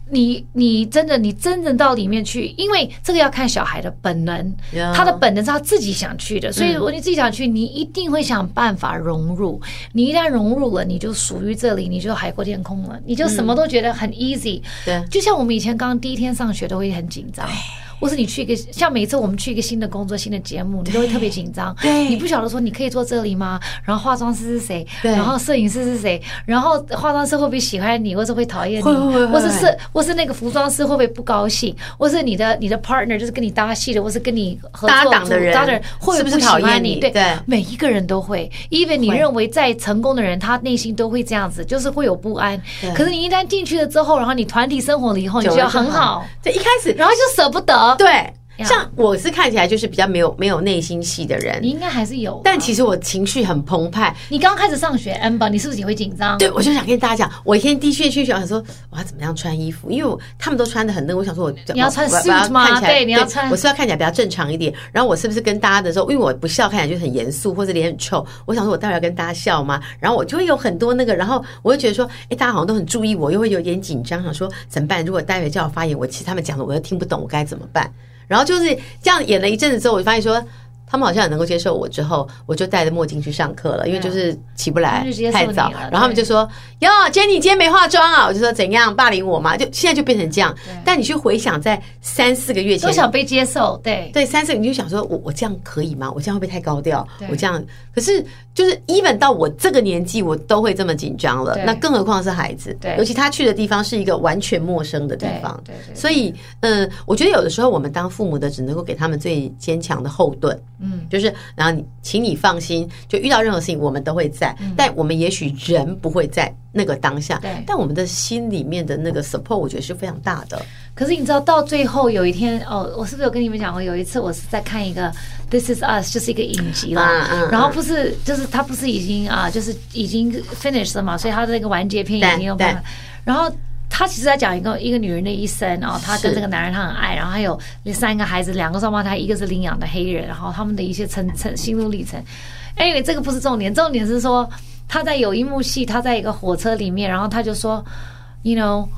B: 你你真的你真正到里面去，因为这个要看小孩的本能
A: Yeah
B: 他的本能是他自己想去的，所
A: 嗯
B: 以如果你自己想去，你一定会想办法融入。你一旦融入了，你就属于这里，你就海阔天空了，你就什么都觉得很 easy。
A: 嗯对
B: 就像我们以前刚第一天上学都会很紧张，或是你去一个像每一次我们去一个新的工作、新的节目，你都会特别紧张。
A: 对
B: 你不晓得说你可以坐这里吗？然后化妆师是谁？
A: 对
B: 然后摄影师是谁？然后化妆师会不会喜欢你，或是会讨厌你？
A: 会会会会
B: 或是是或是那个服装师会不会不高兴？或是你的你的 partner 就是跟你搭戏的，或是跟你合
A: 搭
B: 作
A: 档的
B: 组
A: 人
B: 搭的人会
A: 是不
B: 不
A: 是
B: 喜
A: 讨厌
B: 欢
A: 你
B: 对
A: 对
B: 每一个人都会，even 你
A: 会
B: 认为再成功的人，他内心都会这样子，就是会有不安
A: 对。
B: 可是你一旦进去了之后，然后你团体生活了以后，你
A: 久
B: 觉
A: 了
B: 得
A: 就
B: 很好，。
A: 对，一开始
B: 然后就舍不得。
A: 对，
B: 呀
A: 像我是看起来就是比较没有没有内心戏的人
B: 你，应该还是有啦，
A: 但其实我情绪很澎湃。
B: 你刚开始上学，amber，你是不是也会紧张？
A: 对，我就想跟大家讲，我一天第一天去学校，想说我要怎么样穿衣服，因为我他们都穿的很那个，我想说我
B: 你要穿
A: 我我我要
B: suit 吗
A: 看起来
B: 对你要穿
A: 我是要看起来比较正常一点。然后我是不是跟大家的时候，因为我不笑，看起来就很严肃或者脸很臭，我想说我待会要跟大家笑吗？然后我就会有很多那个，然后我会觉得说，哎，大家好像都很注意我，又会有点紧张，想说怎么办？如果待会叫我发言，我其实他们讲的我又听不懂，我该怎么办？然后就是这样演了一阵子之后，我就发现说。他们好像很能够接受我，之后我就戴着墨镜去上课了，因为就是起不
B: 他
A: 来
B: 们就直接
A: 太
B: 送你
A: 早
B: 了，
A: 然后他们就
B: 对
A: 就说：“哟，Jenny 今天没化妆啊！”我就说：“怎样霸凌我嘛？”就现在就变成这样
B: 对。
A: 但你去回想，在三四个月前
B: 都，想被接受，对。
A: 对三四个，你就想说：“我我这样可以吗？我这样会不会太高调
B: 对？
A: 我这样……可是就是 even 到我这个年纪，我都会这么紧张了
B: 对。
A: 那更何况是孩子
B: 对，
A: 尤其他去的地方是一个完全陌生的地
B: 对
A: 方。
B: 对对对
A: 所以，嗯，我觉得有的时候我们当父母的只能够给他们最坚强的后盾。
B: 嗯，
A: 就是然后你，请你放心，就遇到任何事情我们都会在，但我们也许人不会在那个当下
B: 嗯对，
A: 但我们的心里面的那个 support，我觉得是非常大的。
B: 可是你知道，到最后有一天，哦，我是不是有跟你们讲过？有一次我是在看一个《This Is Us》，就是一个影集啦。
A: 嗯嗯嗯
B: 然后不是，就是他不是已经啊、就是已经 finished 了嘛，所以他的那个完结篇已经有办法
A: 对。
B: 然后他其实在讲一个一个女人的一生，然后她跟
A: 是
B: 这个男人她很爱，然后还有那三个孩子，两个双胞胎，一个是领养的黑人，然后他们的一些成成心路历程。哎，这个不是重点，重点是说他在有一幕戏，他在一个火车里面，然后他就说，you know。嗯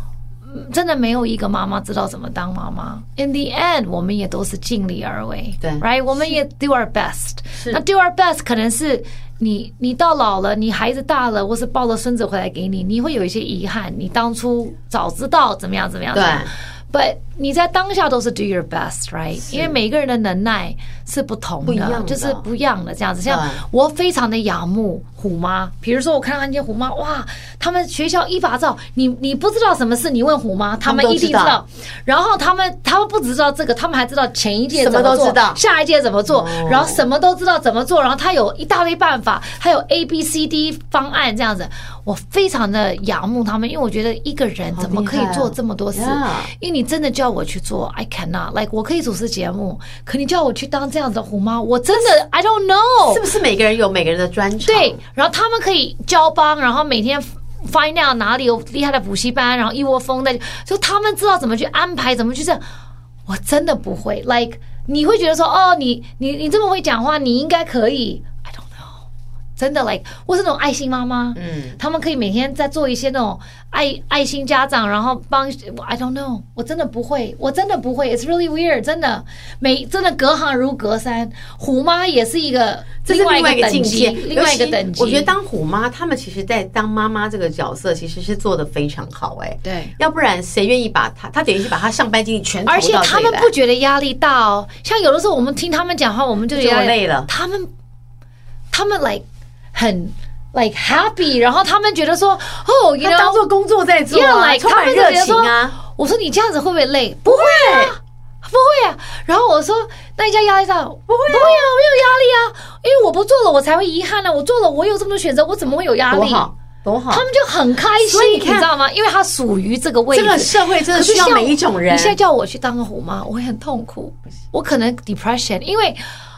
B: 真的没有一个妈妈知道怎么当妈妈。In the end，我们也都是尽力而为，
A: 对
B: ，right？我们也 do our best。
A: 是
B: 那 do our best 可能是你你到老了，你孩子大了，或是抱了孙子回来给你，你会有一些遗憾，你当初早知道怎么样怎么样。
A: 对
B: 怎么样 But 你在当下都是 do your best, right？因为每个人的能耐是不同
A: 不一样
B: 的
A: 的，
B: 就是不一样的这样子。像
A: 对
B: 我非常的仰慕虎妈，比如说我看到那些虎妈，哇，他们学校一把照，你你不知道什么事，你问虎妈，他
A: 们都
B: 们一定
A: 知道
B: 然后他们他们不只知道这个，他们还知道前一届
A: 什
B: 怎
A: 么都
B: 做
A: 知道
B: 下一届怎么做
A: 哦，
B: 然后什么都知道怎么做，然后他有一大堆办法，还有 A B C D 方案这样子。我非常的仰慕他们，因为我觉得一个人怎么可以
A: 好厉害啊
B: 做这么多事？
A: Yeah
B: 因为你真的叫我去做，I cannot。Like 我可以主持节目，可你叫我去当这样子的虎妈，我真的 I don't know。
A: 是不是每个人有每个人的专长？
B: 哦对，，然后他们可以交帮，然后每天 find out 哪里有厉害的补习班，然后一窝蜂的，就他们知道怎么去安排，怎么去这样。我真的不会，like 你会觉得说，哦，你你你这么会讲话，你应该可以。I don't know，真的 like 我是那种爱心妈妈，
A: 嗯，
B: 他们可以每天在做一些那种爱爱心家长，然后帮。I don't know，我真的不会，我真的不会。It's really weird，真的每真的隔行如隔山。虎妈也是一个
A: 这是
B: 外
A: 另外一个
B: 等
A: 境
B: 级，
A: 界，
B: 另外一个等级。
A: 尤其我觉得当虎妈，他们其实在当妈妈这个角色，其实是做的非常好、哎，
B: 对。
A: 要不然谁愿意把他，他等于是把他上班精力全投
B: 而且
A: 到这
B: 他
A: 里
B: 们
A: 来
B: 不觉得压力大哦，像有的时候我们听他们讲话，我们就觉
A: 就
B: 得哎
A: 累了
B: 他们他们 like 很 like happy，然后他们觉得说哦，you
A: 他当
B: know，
A: 做工作在做、
B: Yeah,
A: 啊
B: like
A: 充
B: 他
A: 满
B: 们
A: 热
B: 就觉得
A: 情
B: 说
A: 啊，
B: 我说你这样子会不会累？不会啊，不会啊。然后我说那你这样压力大？不会、啊，不会啊，我没有压力啊，因为我不做了，我才会遗憾呢、啊我做了，我有这么多选择，我怎么会有压
A: 多
B: 力？
A: 好，多好
B: 他。们就很开心
A: 啊所以，你
B: 你
A: 看
B: 知道吗？因为他属于这个位
A: 这
B: 置，
A: 个社会真的
B: 可是
A: 需要
B: 像
A: 每一种人
B: 你现。在叫我去当个虎妈，我会很痛苦，我可能 depression，因为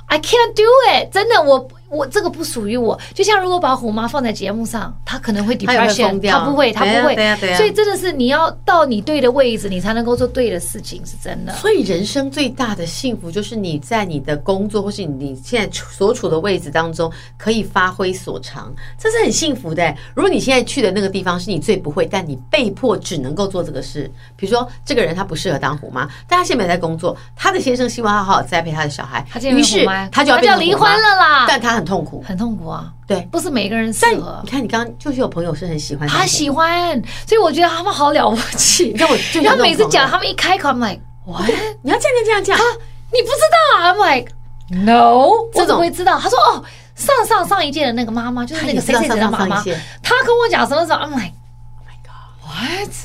B: I can't do it，真的我。我这个不属于我，就像如果把虎妈放在节目上，她可能会
A: 她也会疯
B: depression，
A: 掉
B: 她不会，她
A: 对啊
B: 不会
A: 对啊对，啊
B: 所以真的是你要到你对的位置，你才能够做对的事情，是真的。
A: 所以人生最大的幸福就是你在你的工作或是你现在处所处的位置当中可以发挥所长，这是很幸福的。如果你现在去的那个地方是你最不会，但你被迫只能够做这个事，比如说这个人他不适合当虎妈，但他现在没在工作，他的先生希望他好好栽培他的小孩
B: 她，现在
A: 于是
B: 虎妈
A: 他就要变成
B: 离
A: 虎妈
B: 婚了，啦，
A: 但他很痛苦。
B: 很痛苦啊。
A: 对
B: 不是每个人适
A: 但
B: 合
A: 你。看，你刚刚就是有朋友是很喜欢当
B: 他
A: 虎
B: 喜欢，所以我觉得他们好了不起。
A: 你看我 就有
B: 然
A: 这
B: 后
A: 种
B: 每
A: 朋
B: 次
A: 友啊
B: 讲，他们一开口，I'm like what？
A: 你要这样这样这样这样，
B: 你不知道啊？I'm like no，
A: 这种
B: 我怎么会知道？他说哦，上上上一届的那个妈妈就是那
A: 也
B: 个
A: 知
B: 谁
A: 道
B: 谁谁的
A: 上上
B: 妈妈
A: 上一届，
B: 她跟我讲什么时候？I'm like oh my god，what？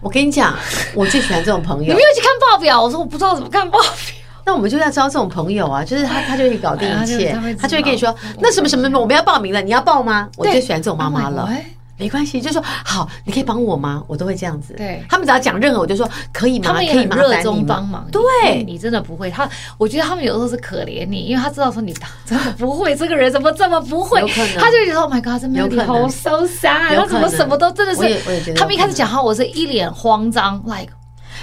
A: 我跟你讲，我最喜欢这种朋
B: 你
A: 友
B: 没。有去看报表？我说我不知道怎么看报表。
A: 那我们就要招这种朋友啊，就是他，他就会搞定一切
B: 哎他就他会知，道
A: 他就会跟你说，那什么什么什么，我们要报名了，你要报吗？我
B: 对哦
A: 最喜欢这种妈
B: I'm
A: 妈
B: like,
A: 了
B: what？，
A: 没关系，就说好，你可以帮我吗？我都会这样子。
B: 对
A: 他们只要讲任何，我就说可以
B: 他
A: 吗？可
B: 们也
A: 以
B: 很
A: 麻
B: 热
A: 烦你
B: 衷帮
A: 吗？
B: 忙，
A: 对
B: 你你真的不会。他，我觉得他们有的时候是可怜你，因为他知道说你真的不会，这个人怎么这么不会
A: 有可能？
B: 他就觉得 Oh my God，这
A: 有可
B: Melody
A: 能
B: 好 so sad，
A: 有
B: 他
A: 可能
B: 怎么什么都真的
A: 我也我也觉
B: 是。
A: 得有
B: 他们一开
A: 可
B: 始
A: 能
B: 讲话，我是一脸慌张，like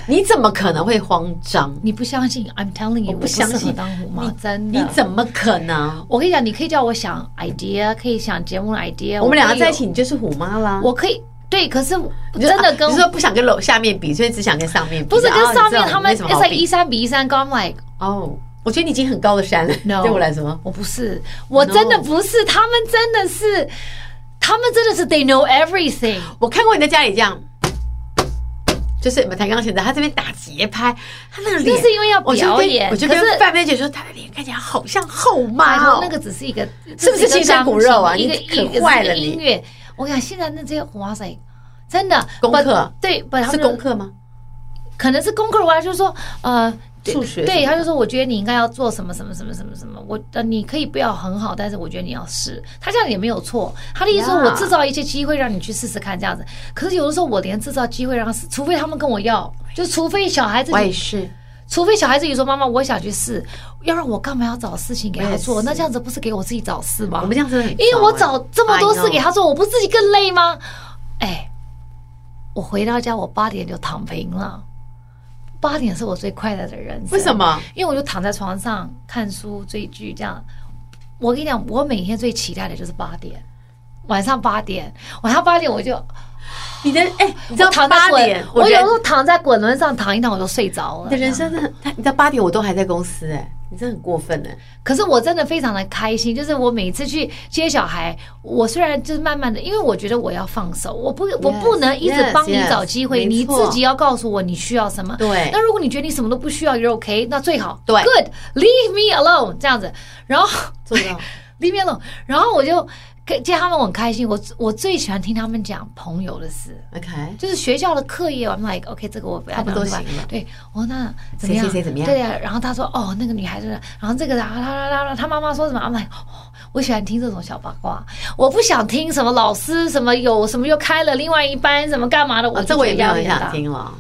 A: 你怎么可能会慌张？
B: 你不相信？I'm telling you，
A: 我不相
B: 适合
A: 信
B: 当虎妈，真的。
A: 你怎么可能？
B: 我跟你讲，你可以叫我想 idea，可以想节目的 idea，
A: 我们两个
B: 可以有
A: 在一起，，你就是虎妈啦。
B: 我可以对，可是
A: 你就
B: 真的
A: 啊
B: 跟
A: 你是说不想跟楼下面比，所以只想跟上面比。
B: 不是
A: 然后
B: 跟上
A: 你知道
B: 面他们
A: 没什么好
B: ，it's like
A: 比
B: 一山比一山高，I'm like。
A: 哦，我觉得你已经很高的山了。
B: No
A: 对我来说，
B: 我不是，我真的不是，他们真的是，他们真的是 they know everything。
A: 我看过你在家里这样，就是我们弹钢琴的，他这边打节拍，他那个脸，
B: 那是因为要
A: 我就跟
B: 表演
A: 我就
B: 可
A: 跟
B: 是
A: 范妹姐说，他的脸看起来好像后妈
B: 然后
A: 哦，
B: 那个只是一个，
A: 是不是
B: 这
A: 亲
B: 一个
A: 生骨肉啊
B: 钢琴一个
A: 你可
B: 一个
A: 坏了
B: 是
A: 你
B: 一个音乐，我跟你讲，现在那这些哇塞，真的
A: 功课
B: but- 对，不
A: 是功，课吗？
B: 可能是功课。我还就是说，呃。对
A: 数学什
B: 对，
A: 么
B: 他就说，我觉得你应该要做什么什么什么什么什么，我呃，你可以不要很好，但是我觉得你要试。他这样也没有错，他的意思说
A: Yeah
B: 我制造一些机会让你去试试看这样子。可是有的时候我连制造机会让他试，除非他们跟我要，就除非小孩自己
A: 我也是，
B: 除非小孩自己说：“妈妈，我想去试，要让我干嘛要找事情给
A: 我
B: 他
A: 也
B: 做？
A: 是
B: 那这样子不是给我自己啊找事吗
A: 我？们这样子很糟欸，
B: 因为我找这么多
A: I know
B: 事给他做，我不自己更累吗？哎，我回到家，我八点就躺平了。八点是我最快乐的人生。
A: 为什？么？
B: 因为我就躺在床上看书、追剧这样。我跟你讲，我每天最期待的就是八点。晚上八点，晚上八点我就
A: 你的哎，你知
B: 我
A: 道
B: 躺在
A: 八
B: 滚
A: 点，
B: 我
A: 人
B: 有时候躺在滚轮上躺一躺我就睡着了
A: 你的。人生真的，他你到八点我都还在公司哎、你真的很过分哎、
B: 可是我真的非常的开心，就是我每次去接小孩，我虽然就是慢慢的，因为我觉得我要放手，我不我
A: Yes,
B: 不能一直
A: yes,
B: 帮你
A: yes，
B: 找机会
A: 没
B: 你
A: 错
B: 自己要告诉我你需要什么。
A: 对
B: 那如果你觉得你什么都不需要，you're OK，那最好。
A: 对
B: ，Good，leave me alone 这样子，然后
A: 做不到
B: leave me alone，然后我就跟见他们我很开心，我我最喜欢听他们讲朋友的事。
A: OK，
B: 就是学校的课业，I'm like OK，这个我不要
A: 差不多
B: 拿出来
A: 行了
B: 对，哦，那怎么样？
A: 谁谁谁怎么样
B: 对呀、然后他说，哦，那个女孩子，然后这个，啊然后他他他他他妈妈说什么？I'm like，、哦、我喜欢听这种小八卦，我不想听什么老师什么有什么又开了另外一班什么干嘛 的，我
A: 哦，
B: 就
A: 这我也
B: 觉
A: 没
B: 得
A: 有
B: 压
A: 很
B: 力很
A: 想
B: 大。
A: 听了。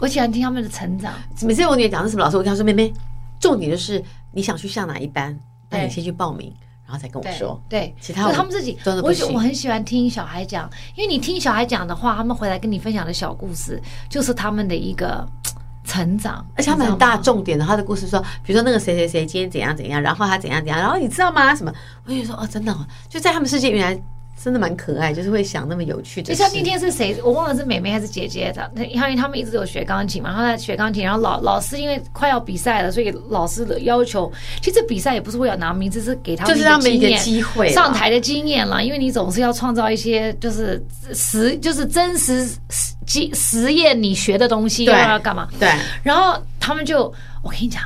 B: 我喜欢听他们的成长。
A: 每次我女儿讲的什么老师，我跟她说：“妹妹，重点就是你想去上哪一班，那你
B: 对
A: 先去报名，然后再跟我
B: 对
A: 说。
B: 对，
A: 其他
B: 就
A: 我
B: 他们自己
A: 真的，不
B: 我
A: 行
B: 我很喜欢听小孩讲，因为你听小孩讲的话，他们回来跟你分享的小故事，就是他们的一个嘖成长，
A: 而且他们很
B: 你知道
A: 大
B: 吗
A: 重点的，他的故事说，比如说那个谁谁谁今天怎样怎样，然后他怎样怎样，然后你知道吗？什么？我就说哦，真的、哦，就在他们世界原来真的蛮可爱，就是会想那么有趣的
B: 就
A: 事。
B: 像那天是谁，我忘了是妹妹还是姐姐的，因为他们一直有学钢琴嘛，然后在学钢琴，然后老老师因为快要比赛了，所以老师的要求，其实比赛也不是为了拿名次，是给他
A: 就是让他们一
B: 们
A: 个
B: 验
A: 机会啦
B: 上台的经验啦，因为你总是要创造一些就是实就是真实实实实验你学的东西，
A: 对
B: 要要干嘛？
A: 对，
B: 然后他们就，我跟你讲，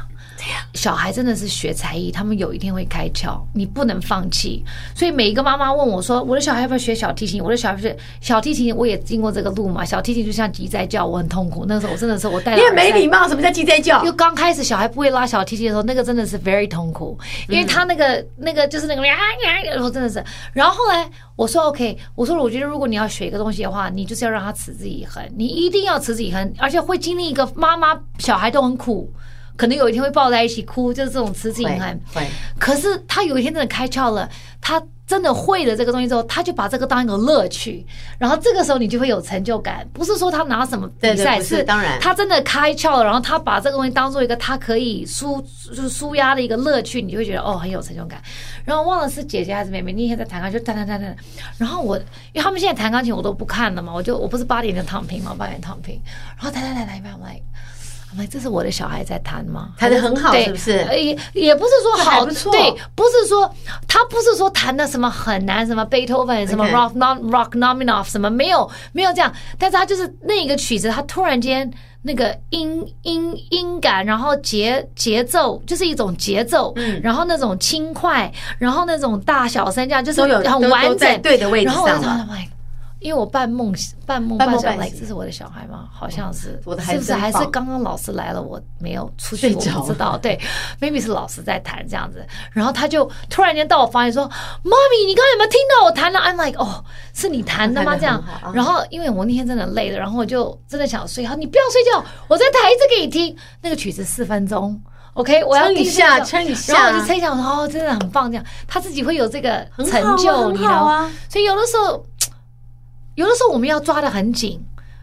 B: 小孩真的是学才艺，他们有一天会开窍，你不能放弃。所以每一个妈妈问我说：“我的小孩要不要学小提琴？”我的小孩是小提琴，我也经过这个路嘛。小提琴就像鸡在叫，我很痛苦。那时候我真的是我带
A: 你
B: 了
A: 很没
B: 耳塞
A: 礼貌，什么叫鸡在叫
B: 就？刚开始小孩不会拉小提琴的时候，那个真的是 very 痛苦，因为他那个、那个就是那个啊啊，然后真的是，然后后来我说 OK，我说我觉得如果你要学一个东西的话，你就是要让他持之以恒，你一定要持之以恒，而且会经历一个妈妈小孩都很苦，可能有一天会抱在一起哭，就是这种持之以
A: 会
B: 恒。
A: 会，
B: 可是他有一天真的开窍了，他真的会了这个东西之后，他就把这个当一个乐趣，然后这个时候你就会有成就感。不是说他拿什么比
A: 对对
B: 赛，
A: 不是当然
B: 他真的开窍了，然后他把这个东西当做一个他可以舒就是舒压的一个乐趣，你就会觉得哦很有成就感。然后忘了是姐姐还是妹妹，那天在弹钢琴就弹弹弹弹，然后我因为他们现在弹钢琴我都不看了嘛，我就我不是八点就躺平嘛，八点躺平，然后弹弹弹弹一半，我 like。我 like，这是我的小孩在弹吗？
A: 弹得很好
B: 对
A: 是不是
B: 呃也也不是说
A: 这还
B: 好，
A: 不错
B: 对，不是说他不是说弹的什么很难，什么贝多芬，什么
A: OK
B: Rock Non Rock Nominov，什么没有没有这样，但是他就是那一个曲子，他突然间那个音音音感，然后节节奏就是一种节奏，
A: 嗯
B: 然后那种轻快，然后那种大小声这样，就是
A: 都有都
B: 很
A: 都
B: 完
A: 在
B: 整，
A: 对的位置
B: 然后我就
A: 上了
B: 想，like，因为我半梦半梦
A: 半梦
B: 半醒
A: 半
B: ，like
A: 醒嗯
B: 这是我的小孩吗？好像是，
A: 我的孩
B: 是
A: 子
B: 不是
A: 真
B: 还是
A: 棒
B: 刚刚老师来了，我没有出去，
A: 睡
B: 我
A: 着
B: 不
A: 了
B: 知道。对，maybe 是老师在弹这样子，然后他就突然间到我房间说：“妈咪，你刚刚有没有听到我弹的？”I'm like，哦，是你弹的吗？
A: 我
B: 这
A: 弹得
B: 样
A: 很好啊，
B: 然后因为我那天真的累了，然后我就真的想睡，他说你不要睡觉，我再弹一次给你听。那个曲子四分钟，OK，我要
A: 撑一
B: 听
A: 下
B: 这个
A: 撑一下
B: 然后我就撑一下，我说哦，真的很棒，这样他自己会有这个
A: 很好啊
B: 成就，
A: 很
B: 你知道
A: 好
B: 吗
A: 啊？
B: 所以有的时候。有的时候我们要抓得很紧，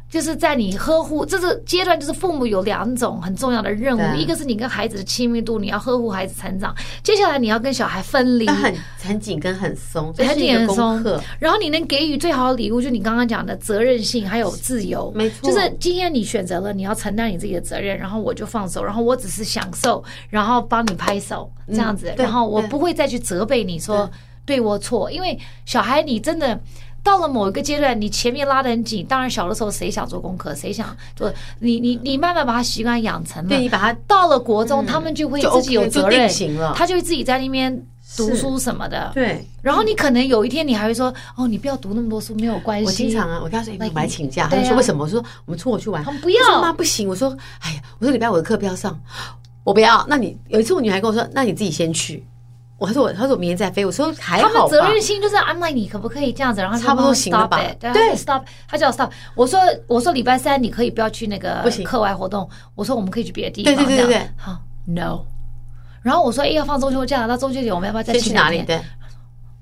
B: 就是在你呵护这个阶段，就是父母有两种很重要的任务，
A: 对
B: 一个是你跟孩子的亲密度，你要呵护孩子成长；接下来你要跟小 孩分离
A: 但，很很紧跟很松，这
B: 对
A: 是一
B: 很
A: 个
B: 松
A: 功课。
B: 然后你能给予最好的礼物，就你刚刚讲的责任性还有自由，
A: 没错
B: 就是今天你选择了你要承担你自己的责任，然后我就放手，然后我只是享受，然后帮你拍手这样子，
A: 嗯对
B: 然后我
A: 对
B: 不会再去责备你说对或错，因为小孩你真的。到了某一个阶段，你前面拉得很紧，当然小的时候谁想做功课，谁想做，你你你慢慢把他习惯养成了，
A: 嗯对你把它
B: 到了国中，他们就会
A: 就
B: 自己
A: OK，
B: 有
A: 就
B: 责
A: 定
B: 任，
A: 型了
B: 他就会自己在那边读
A: 是
B: 书什么的，
A: 对，
B: 然后你可能有一天你还会说，哦，你不要读那么多书，没有关系。
A: 我经常啊，我跟他说，哎、
B: Like
A: 我们来请假，
B: 你
A: 他们
B: 对啊
A: 说为什么？我说我们出国去玩，
B: 他们不要
A: 我说妈不行，我说哎呀，我说礼拜五的课不要上，我不要。那你有一次我女孩跟我说，那你自己先去，我她说我她说我明天再飞，我说还
B: 他们
A: 好
B: 责
A: 吧。
B: 任心就是安排你可不可以这样子，然后
A: 差不多行了吧
B: 对
A: 对
B: 对，stop，他叫我 stop。我说我说礼拜三你可以不要去那个
A: 不行
B: 课外活动，我说我们可以去别的地方。
A: 对对对
B: 这样
A: 对对
B: 好，no。然后我说，哎，要放中秋假，那中秋节我们要不要再
A: 先去哪里？
B: 两天
A: 对，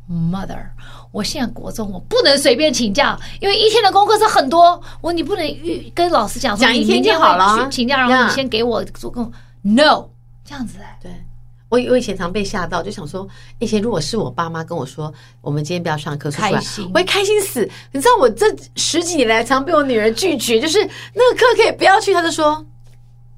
B: mother，我现在国中我不能随便请假，因为一天的功课是很多，我你不能预跟老师讲说
A: 讲一
B: 你
A: 天
B: 明天
A: 就好了
B: 会去请假，然后
A: Yeah
B: 你先给我做工。No，这样子哎、
A: 对，我我我以前常被吓到，就想说，以前如果是我爸妈跟我说，我们今天不要上课出来
B: 开心，
A: 我会开心死。你知道我这十几年来常被我女儿拒绝，就是那个课可以不要去，她就说，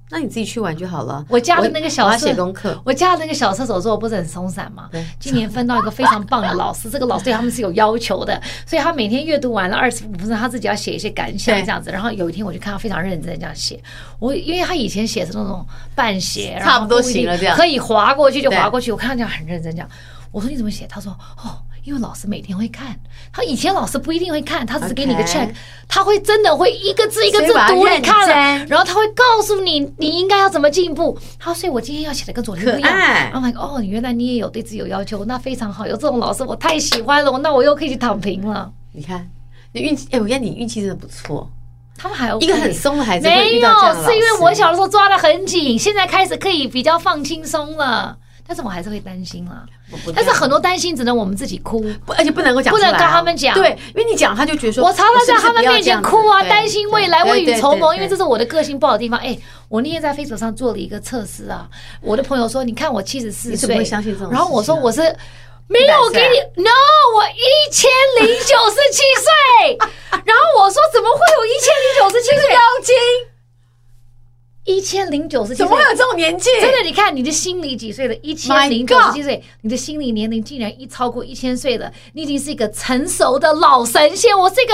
A: 那你自己去玩就好了。
B: 我家的那个小
A: 我要
B: 社
A: 写功课，
B: 我家的那个小射手座不是很松散吗
A: 对？
B: 今年分到一个非常棒的老师， 这个老师对他们是有要求的，所以他每天阅读完了二十五分钟，他自己要写一些感想
A: 对
B: 这样子。然后有一天我就看他非常认真地这样写，我因为他以前写是那种半写，然后
A: 差不多行了这样
B: 可以划过去就
A: 对
B: 划过去。我看他这样很认真这样，我说你怎么写？他说哦。因为老师每天会看，他以前老师不一定会看，他只是给你一个
A: OK
B: check，、他会真的会一个字一个
A: 所以
B: 字
A: 把它
B: 读你
A: 认
B: 看了，
A: 真
B: 然后他会告诉你你应该要怎么进步。他说，所以我今天要写的跟昨天不一
A: 可爱
B: 样。I'm like，哦，原来你也有对自己有要求，那非常好，有这种老师我太喜欢了，那我又可以去躺平了。
A: 你看你运气，哎、我跟你运气真的不错，
B: 他们还有
A: 一个很松的孩子会
B: 没
A: 遇
B: 有
A: 到这样的，老
B: 是因为
A: 师
B: 我小的时候抓的很紧，现在开始可以比较放轻松了，但是我还是会担心啦。
A: 我不
B: 但是很多担心只能我们自己哭。
A: 不而且不能够讲出
B: 不
A: 来
B: 能
A: 啊，
B: 跟他们讲
A: 对，因为你讲他就觉得说，
B: 我常常在他们面前哭啊，担心未来未雨绸缪，因为这
A: 是
B: 是我的个性不好的地方。哎，我那天在 Facebook 上做了一个测试啊，我的朋不要这样子对对对对对我的朋友说，你看我七十四
A: 你怎么
B: 岁
A: 会相信这种，事情啊
B: 然后我说我是。没有，我给你 no，我一千零九十七 岁，然后我说怎么会有一千零九十七
A: 不
B: 岁？
A: 行，
B: 一千零九十七
A: 怎么
B: 岁
A: 会，有这种年纪？
B: 真的，你看你的心理几岁了？一千
A: My
B: 零九十七岁，你的心理年龄竟然一超过一千岁了，你已经是一个成熟的老神仙。我是一个，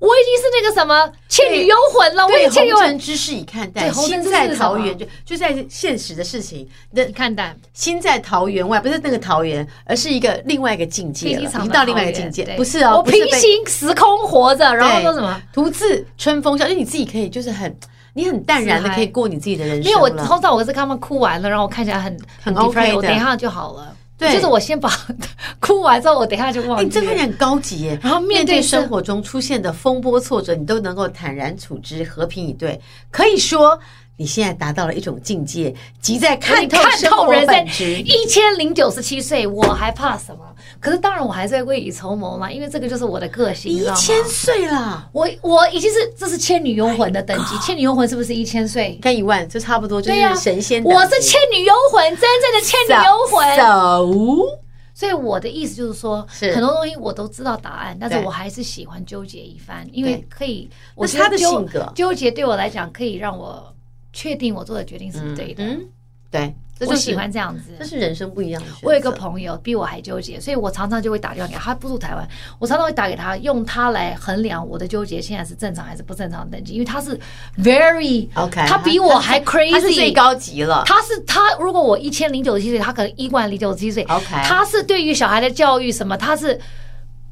B: 我已经是那个什么《倩女幽魂》了，啊我
A: 对
B: 已经《倩女幽
A: 红
B: 魂
A: 尘》之事已看
B: 对
A: 淡，
B: 红
A: 心
B: 尘之事
A: 在
B: 是
A: 桃
B: 什么啊
A: 源就就在现实的事情，那
B: 你看淡，
A: 心在桃源外，不是那个桃源，而是一个另外一个境界
B: 飞
A: 了，
B: 机
A: 已
B: 场
A: 经
B: 的
A: 到另外一个
B: 桃
A: 境
B: 源
A: 界，
B: 对
A: 不是哦，
B: 我
A: 不是
B: 平
A: 被
B: 行时空活着，然后
A: 对啊
B: 说什么？
A: 独自春风笑，就你自己可以，就是很你很淡然的
B: 自嗨
A: 可以过你自己的人生了。
B: 因为我通常我是看他们哭完了，然后我看起来很
A: 很
B: depressed，
A: OK 的
B: 我等一下就好了。
A: 对
B: 就是我先把 哭完之后，我等一下就忘
A: 哎，
B: 记了。
A: 你这个人很高级耶！
B: 哦然后面
A: 面
B: 对
A: 对
B: 生
A: 生活中出现的风波挫折，你都能够坦然处之，和平以对，可以说你现在达到了一种境界，即在看透
B: 看
A: 生
B: 透
A: 活
B: 人
A: 本
B: 生
A: 质。
B: 一千零九十七岁，我还怕什么？可是当然，我还是会未雨绸缪嘛，因为这个就是我的个性，你知
A: 一
B: 道吗？
A: 千岁啦，
B: 我我已经是这是倩女幽魂的等级，倩女幽魂是不是一千岁？
A: 看一万就差不多，就
B: 对呀、
A: 是啊神仙等级。
B: 我是倩女幽魂，真正的倩女幽魂。
A: 走，
B: 所以我的意思就是说，
A: 啊是
B: 很多东西我都知道答案，但是
A: 对
B: 我还是喜欢纠结一番，因为
A: 对
B: 可以，我
A: 那是
B: 觉得
A: 他的
B: 纠
A: 性格
B: 纠结对我来讲可以让我确定我做的决定是对的。
A: 嗯，对，这就
B: 我
A: 是
B: 喜欢，这样子，
A: 这是人生不一样的选择。
B: 我有一个朋友比我还纠结，所以我常常就会打电话给他，他不住台湾，我常常会打给他，用他来衡量我的纠结现在是正常还是不正常的等级，因为他是 very
A: OK，
B: 他比我还
A: 他是最
B: crazy。
A: 高级了。
B: 他是他，如果我一千零九十七岁，他可能一万零九十七岁。
A: OK
B: 他是对于小孩的教育什么，他是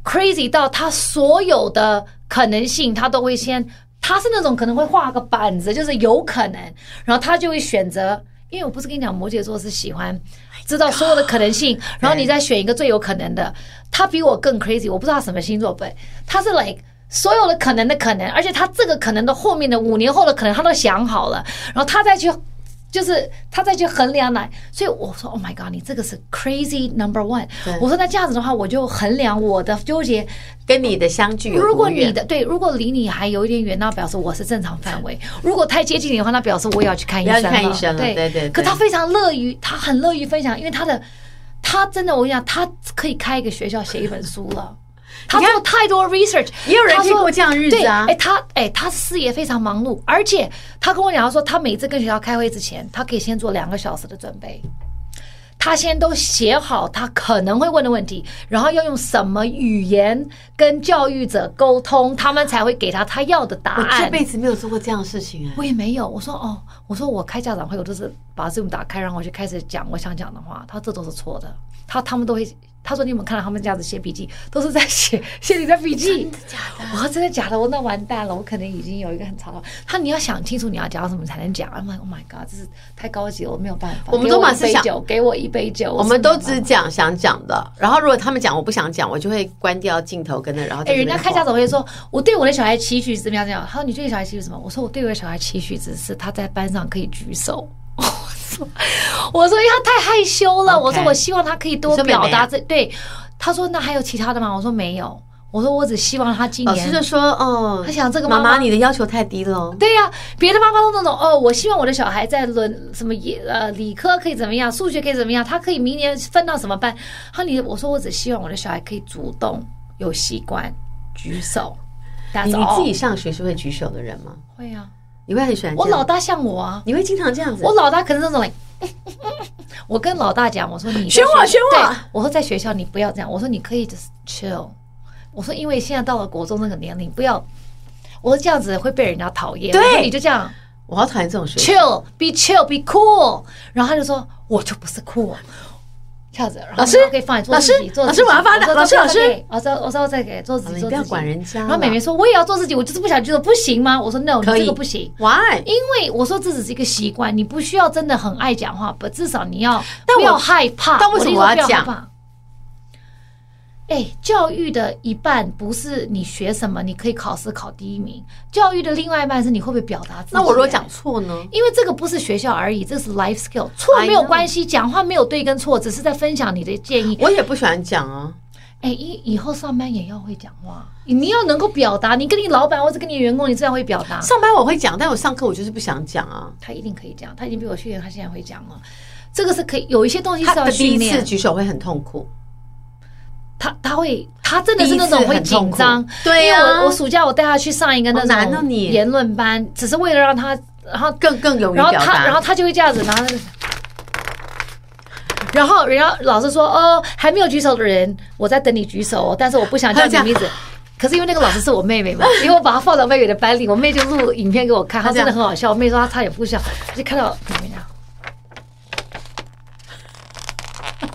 B: crazy 到他所有的可能性，他都会先，他是那种可能会画个板子，就是有可能，然后他就会选择。因为我不是跟你讲，摩羯座是喜欢知道所有的可能性，然后你再选一个最有可能的。他比我更 crazy，我不知道他什么星座本，他是 like 所有的可能的可能，而且他这个可能的后面的五年后的可能他都想好了，然后他再去就是他再去衡量来，所以我说 Oh my God，你这个是 crazy number one
A: 对。
B: 我说那这样子的话，我就衡量我的纠结。
A: 跟你的相距有多
B: 如果
A: 远
B: 你的对，如果离你还有一点远，那表示我是正常范围；如果太接近你的话，那表示我也要去看医生
A: 要去看医生了
B: 对
A: 对对对
B: 可他非常乐于，他很乐于分享，因为他的他真的，我跟你讲，他可以开一个学校写一本书了。他做太多 research，
A: 也有人
B: 他说
A: 听过这样的日子啊
B: 对哎，他哎，他事业非常忙碌，而且他跟我讲，他说他每次跟学校开会之前，他可以先做两个小时的准备。他先都写好他可能会问的问题，然后要用什么语言跟教育者沟通，他们才会给他他要的答
A: 我这
B: 案。
A: 辈子没有做过这样的事情哎、
B: 我也没有，我说哦，我说我开家长会，我都是把 Zoom 打开，然后我就开始讲我想讲的话。他说这都是错的，他他们都会，他说你有没有看到他们这样子写笔记，都是在写 写你的笔记。
A: 假的？
B: 我说真的假的？我那完蛋了，我可能已经有一个很长的。他你要想清楚你要讲什么才能讲。I'm like oh my god，这是太高级了，我没有办法。
A: 我们都
B: 给
A: 满
B: 一
A: 是
B: 杯
A: 想
B: 酒，给我一杯酒。
A: 我
B: 是
A: 们
B: 没有
A: 都
B: 办
A: 只
B: 法
A: 讲想讲的，然后如果他们讲我不想讲，我就会关掉镜头跟着，然后
B: 哎、
A: 在这
B: 人
A: 边
B: 家
A: 晃
B: 开家长会说，我对我的小孩期许是怎么样怎么样。他说你对小孩期许是什么？我说我对我的小孩期许只是他在班上可以举手。 我说，我说因为他太害羞了。
A: OK
B: 我说我希望他可以多
A: 你说妹妹啊
B: 表达这对。他说那还有其他的吗？我说没有。我说我只希望他今
A: 老
B: 年
A: 师就说，哦，
B: 他想这个
A: 妈
B: 妈
A: 妈
B: 妈
A: 你的要求太低了哦，
B: 对呀、别的妈妈都那种哦，我希望我的小孩在伦什么也呃理科可以怎么样，数学可以怎么样，他可以明年分到什么班。他你我说我只希望我的小孩可以主动有习惯举手。That's
A: 你你
B: all
A: 自己上学是会举手的人吗？
B: 会啊，
A: 你会很喜欢这
B: 我
A: 样？
B: 老大像我啊，
A: 你会经常这样子？
B: 我老大可能那种欸我跟老大讲，我说你在
A: 选我
B: 学
A: 选我
B: 对我说在学校你不要这样，我说你可以就是 chill，我说因为现在到了国中那个年龄，不要，我说这样子会被人家讨厌，
A: 对
B: 我说你就这样。
A: 我好讨厌这种学生。
B: chill，be chill，be cool。然后他就说，我就不是 cool。这样子，然后
A: 老师
B: 可以放你做
A: 老师
B: 自己，做自己
A: 老师我要发的
B: 我说
A: 老师，
B: 我说我说再给做自
A: 好了
B: 己，
A: 啊你
B: 做
A: 不要
B: 自己
A: 管人家
B: 然后
A: 了
B: 美美说，我也要做自己，我就是不想去做，不行吗？我说 no，你
A: 可以
B: 这个不行，
A: Why？
B: 因为我说这只是一个习惯，你不需要真的很爱讲话，不，至少你要
A: 但我
B: 不要害怕。
A: 但为什么
B: 我的意
A: 我
B: 思
A: 要
B: 不害
A: 讲
B: 怕？哎，教育的一半不是你学什么，你可以考试考第一名；教育的另外一半是你会不会表达自己。
A: 那我如果
B: 哎
A: 讲错呢？
B: 因为这个不是学校而已，这是 life skill。错
A: I
B: 没有
A: know
B: 关系，讲话没有对跟错，只是在分享你的建 议。
A: 我也不喜欢讲啊。
B: 哎，以以后上班也要会讲话，你要能够表达。你跟你老板或者跟你员工，你自然会表达。
A: 上班我会讲，但我上课我就是不想讲啊。
B: 他一定可以讲，他已经比我训练，他现在会讲了。这个是可以，有一些东西
A: 他
B: 是要
A: 的第
B: 训
A: 一次
B: 练。
A: 举手会很痛苦，
B: 他他会，他真的是那种会紧张
A: 第一次很痛苦。对呀
B: 因为我我暑假我带他去上一个那
A: 好难哦
B: 种
A: 你
B: 言论班，只是为了让他，然后
A: 更更勇于
B: 然后
A: 表
B: 他，然后
A: 达。
B: 他就会这样子，然后他就然后人家老师说，哦，还没有举手的人，我在等你举手哦，但是我不想叫
A: 他就这样
B: 你名字。可是因为那个老师是我妹妹嘛，因为我把她放到妹妹的班里，我妹就录影片给我看，她
A: 他这样
B: 真的很好笑。我妹说她差点不笑，我就看到妹妹这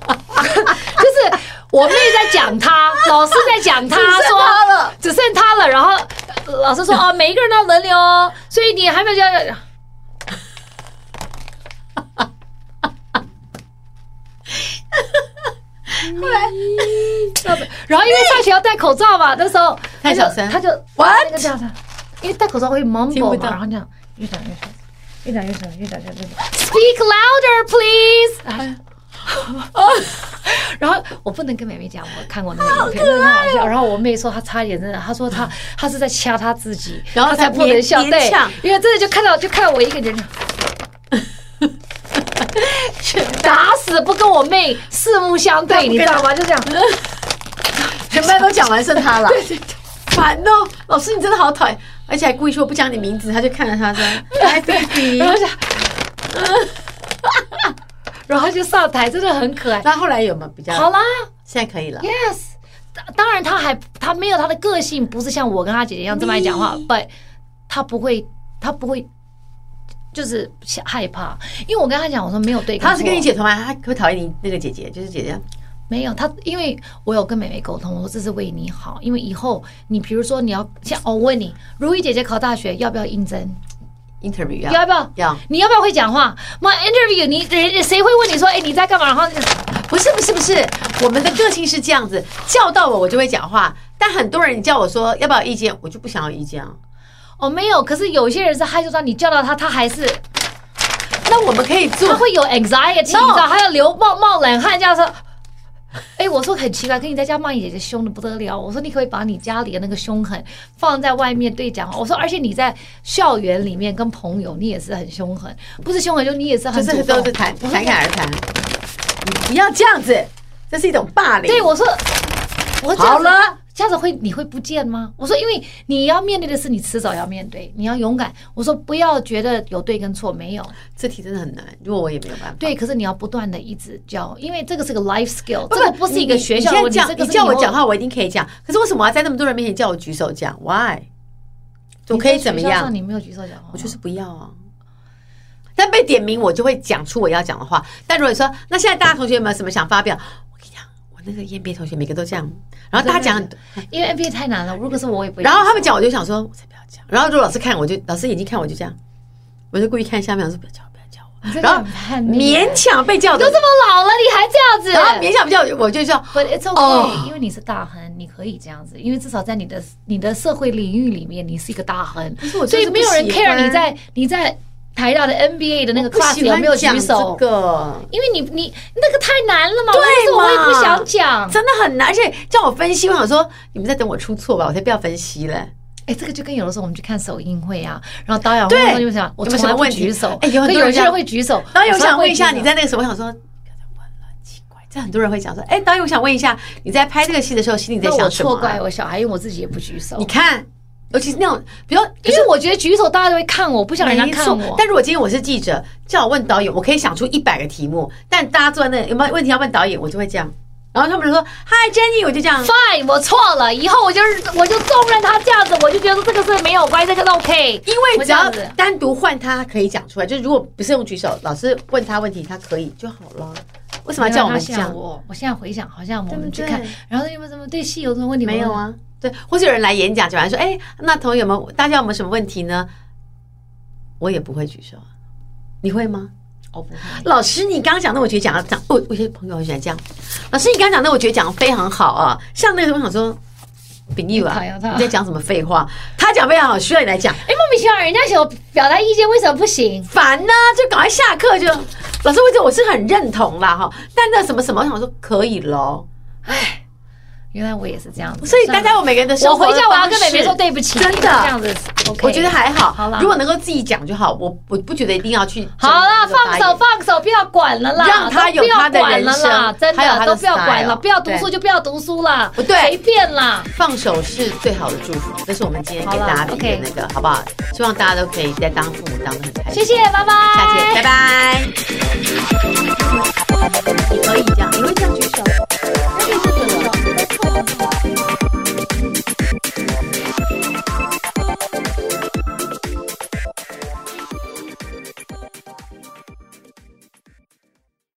B: 样， 就是我妹在讲她，老师在 讲她，
A: 只剩
B: 说
A: 她了
B: 只剩她了。然后呃老师说哦，每一个人都要轮流哦，所以你还没有 叫。然后因为上学要戴口罩嘛，那时候
A: 太
B: 他就
A: 小声
B: 他就
A: What？
B: 那个这样子，因为戴口罩会
A: 听
B: mumble
A: 不
B: 嘛，
A: 到
B: 然后这样越讲越小，越讲越小，越讲越小，Speak louder please 然后。 然后我不能跟妹妹讲，我看过那个影片，真的很好
A: 哦
B: 笑。然后我妹说她差一点真的，她说她她是在掐她自己，
A: 然后
B: 她才
A: 才
B: 不能
A: 勉
B: 笑，
A: 勉
B: 对
A: 强，
B: 因为真的就看到就看到我一个人。打死不跟我妹四目相对，你知道吗？就这 样。
A: 全班都讲完，剩他了。烦哦，老师你真的好讨厌，而且还故意说我不讲你名字，他就看着他说
B: 哎
A: 哎来 baby
B: 然。后就， 然后就上台，真的很可爱。
A: 那后来有没有比较？
B: 好啦
A: 现在可以了。
B: ，Yes，当当然他还他没有他的个性，不是像我跟他姐姐一样这么爱讲话，but 他不会，他不会。就是害怕，因为我跟他讲，我说没有对错，
A: 他是跟你姐同班，他会讨厌你那个姐姐，就是姐姐。
B: 没有他，因为我有跟妹妹沟通，我说这是为你好，因为以后你比如说你要像哦，我问你，如意姐姐考大学要不要应征？
A: interview
B: 要不要？
A: 要
B: 你要不要会讲话？妈 interview 你人谁会问你说哎你在干嘛？然后
A: 不是不是不是，我们的个性是这样子，叫到我我就会讲话，但很多人叫我说要不要意见，我就不想要意见啊。
B: 哦，没有，可是有些人是害羞到你叫到他，他还是
A: 那我们可以
B: 他
A: 做，
B: 会有 anxiety，你知
A: No
B: 道，他要流冒冒冷汗，这样说。哎，我说很奇怪，跟你在家骂你姐姐凶的不得了。我说你可不可以把你家里的那个凶狠放在外面对讲话。我说，而且你在校园里面跟朋友，你也是很凶狠，不是凶狠就你也是
A: 就
B: 很
A: 是
B: 主
A: 都
B: 动
A: 是。谈侃侃而谈，你不要这样子，这是一种霸凌。
B: 对，我说，我说这样子
A: 好了，
B: 这样子会你会不见吗？我说，因为你要面对的事，你迟早要面对，你要勇敢。我说不要觉得有对跟错，没有，
A: 这题真的很难，如果我也没有办法。
B: 对，可是你要不断的一直教，因为这个是个 life skill，
A: 不，
B: 这个不是一个
A: 你
B: 学校
A: 你现在
B: 的问题，
A: 讲，
B: 这个
A: 你
B: 是
A: 叫我
B: 以后
A: 讲，话，我一定可以讲。可是为什么要在那么多人面前叫我举手讲？Why？我
B: 你
A: 可以
B: 在
A: 怎么
B: 学校
A: 样
B: 上？你没有举手讲话吗，
A: 我就是不要啊。但被点名，我就会讲出我要讲的话。但如果你说，那现在大家同学有没有什么想发表？我跟你讲，我那个燕边同学每个都这样，然后大家讲很多，
B: 因为 NBA 太难了，如果是我我也不会举
A: 然
B: 手。
A: 后他们讲，我就想说，我才不要讲。然后如果老师看，我就老师眼睛看我就这样，我就故意看下面，我说不要叫我，不要叫
B: 你
A: 我。
B: 真的
A: 然后
B: 很叛逆耶
A: 勉强被叫
B: 都
A: 的，
B: 这么老了，你还这
A: 然后
B: 样子
A: 勉强不叫我，我就叫
B: ？But it's okay，、
A: 哦
B: 因为你是大亨，你可以这样子，因为至少在你的你的社会领域里面，你是一个大亨，
A: 是我就是
B: 所以没有人
A: 不喜欢
B: care 你在你在台大的 NBA 的那个
A: 不
B: class
A: 喜
B: 有
A: 欢
B: 没有
A: 讲
B: 举手？
A: 这个
B: 因为你你那个太难了嘛，
A: 对
B: 那个我也
A: 嘛
B: 不想讲。
A: 真的很难，而且叫我分析，我想说你们在等我出错吧，我才不要分析嘞。
B: 哎，这个就跟有的时候我们去看首映会啊，然后导演
A: 对
B: 会就想，我
A: 有没有
B: 从
A: 什
B: 来
A: 么
B: 不
A: 问题
B: 举手，
A: 哎有很
B: 可
A: 多
B: 有
A: 人
B: 些
A: 讲
B: 人会举手。
A: 导演，
B: 我
A: 我
B: 从来
A: 想
B: 不会
A: 问一下，
B: 举
A: 你
B: 手
A: 在那个时候，我想说，不要再问了，奇怪，这很多人会讲说，哎，导演，我想问一下，你在拍这个戏的时候，心里在
B: 那我
A: 想什么
B: 错怪
A: 啊？
B: 我小孩，因为我自己也不举手
A: 你。看，尤其是那种，比如说
B: 因为我觉得举手大家都会看我，不想人家
A: 没
B: 看
A: 错
B: 我。
A: 但如果今天我是记者，叫我问导演，我可以想出一百个题目，但大家坐在那有没有问题要问导演，我就会这样。然后他们就说嗨 Jenny，我就这样。
B: Fine，我错了，以后我就是我就纵任他这样子，我就觉得这个是没有关系，这个是 OK。
A: 因为只要
B: 我这样子
A: 单独换他可以讲出来，就是如果不是用举手，老师问他问题，他可以就好了。为什么要叫我们
B: 没有他吓
A: 讲？
B: 我我现在回想，好像我
A: 对不
B: 们去
A: 对
B: 看，然后你们怎么对戏有什么问题？
A: 没有，啊，对，或者有人来演讲，讲完说，哎，那同学们，大家有没有什么问题呢？我也不会举手啊，你会吗？
B: 我不会。
A: 老师，你刚刚讲的，我觉得讲得讲，哦我我有些朋友很喜欢这样。老师，你刚刚讲的，我觉得讲的非常好啊。像那个，我想说，丙佑啊
B: 你讨厌他，
A: 你在讲什么废话？他讲非常好，需要你来讲，
B: 哎，莫名其妙，人家想表达意见，为什么不行？
A: 烦呐、就赶快下课就。老师，为这我是很认同啦哈，但那什么什么，我想说可以喽。
B: 原来我也是这样子。
A: 所以大家，我每个人的生
B: 我
A: 活的
B: 回家我要
A: 方
B: 跟美
A: 式
B: 美说对不起，
A: 真的
B: 这样子，OK。
A: 我觉得还好。
B: 好啦
A: 如果能够自己讲就好，我我不觉得一定要去。
B: 好啦，放手，放手，不要管了啦，
A: 让他有
B: 都不要
A: 他的
B: 管了啦
A: 人生
B: 真
A: 还有
B: 的
A: 他的
B: 都不要管
A: style，
B: 了，不要读
A: 对
B: 书就不要读书啦，
A: 不对
B: 随便啦。
A: 放手是最好的祝福。这是我们今天给
B: 好啦
A: 大家提的
B: OK
A: 那个，好不好？希望大家都可以在当父母当的很开
B: 谢
A: 心。
B: 谢，拜拜，
A: 下见，拜拜。你可以这样，你会这样举手吗？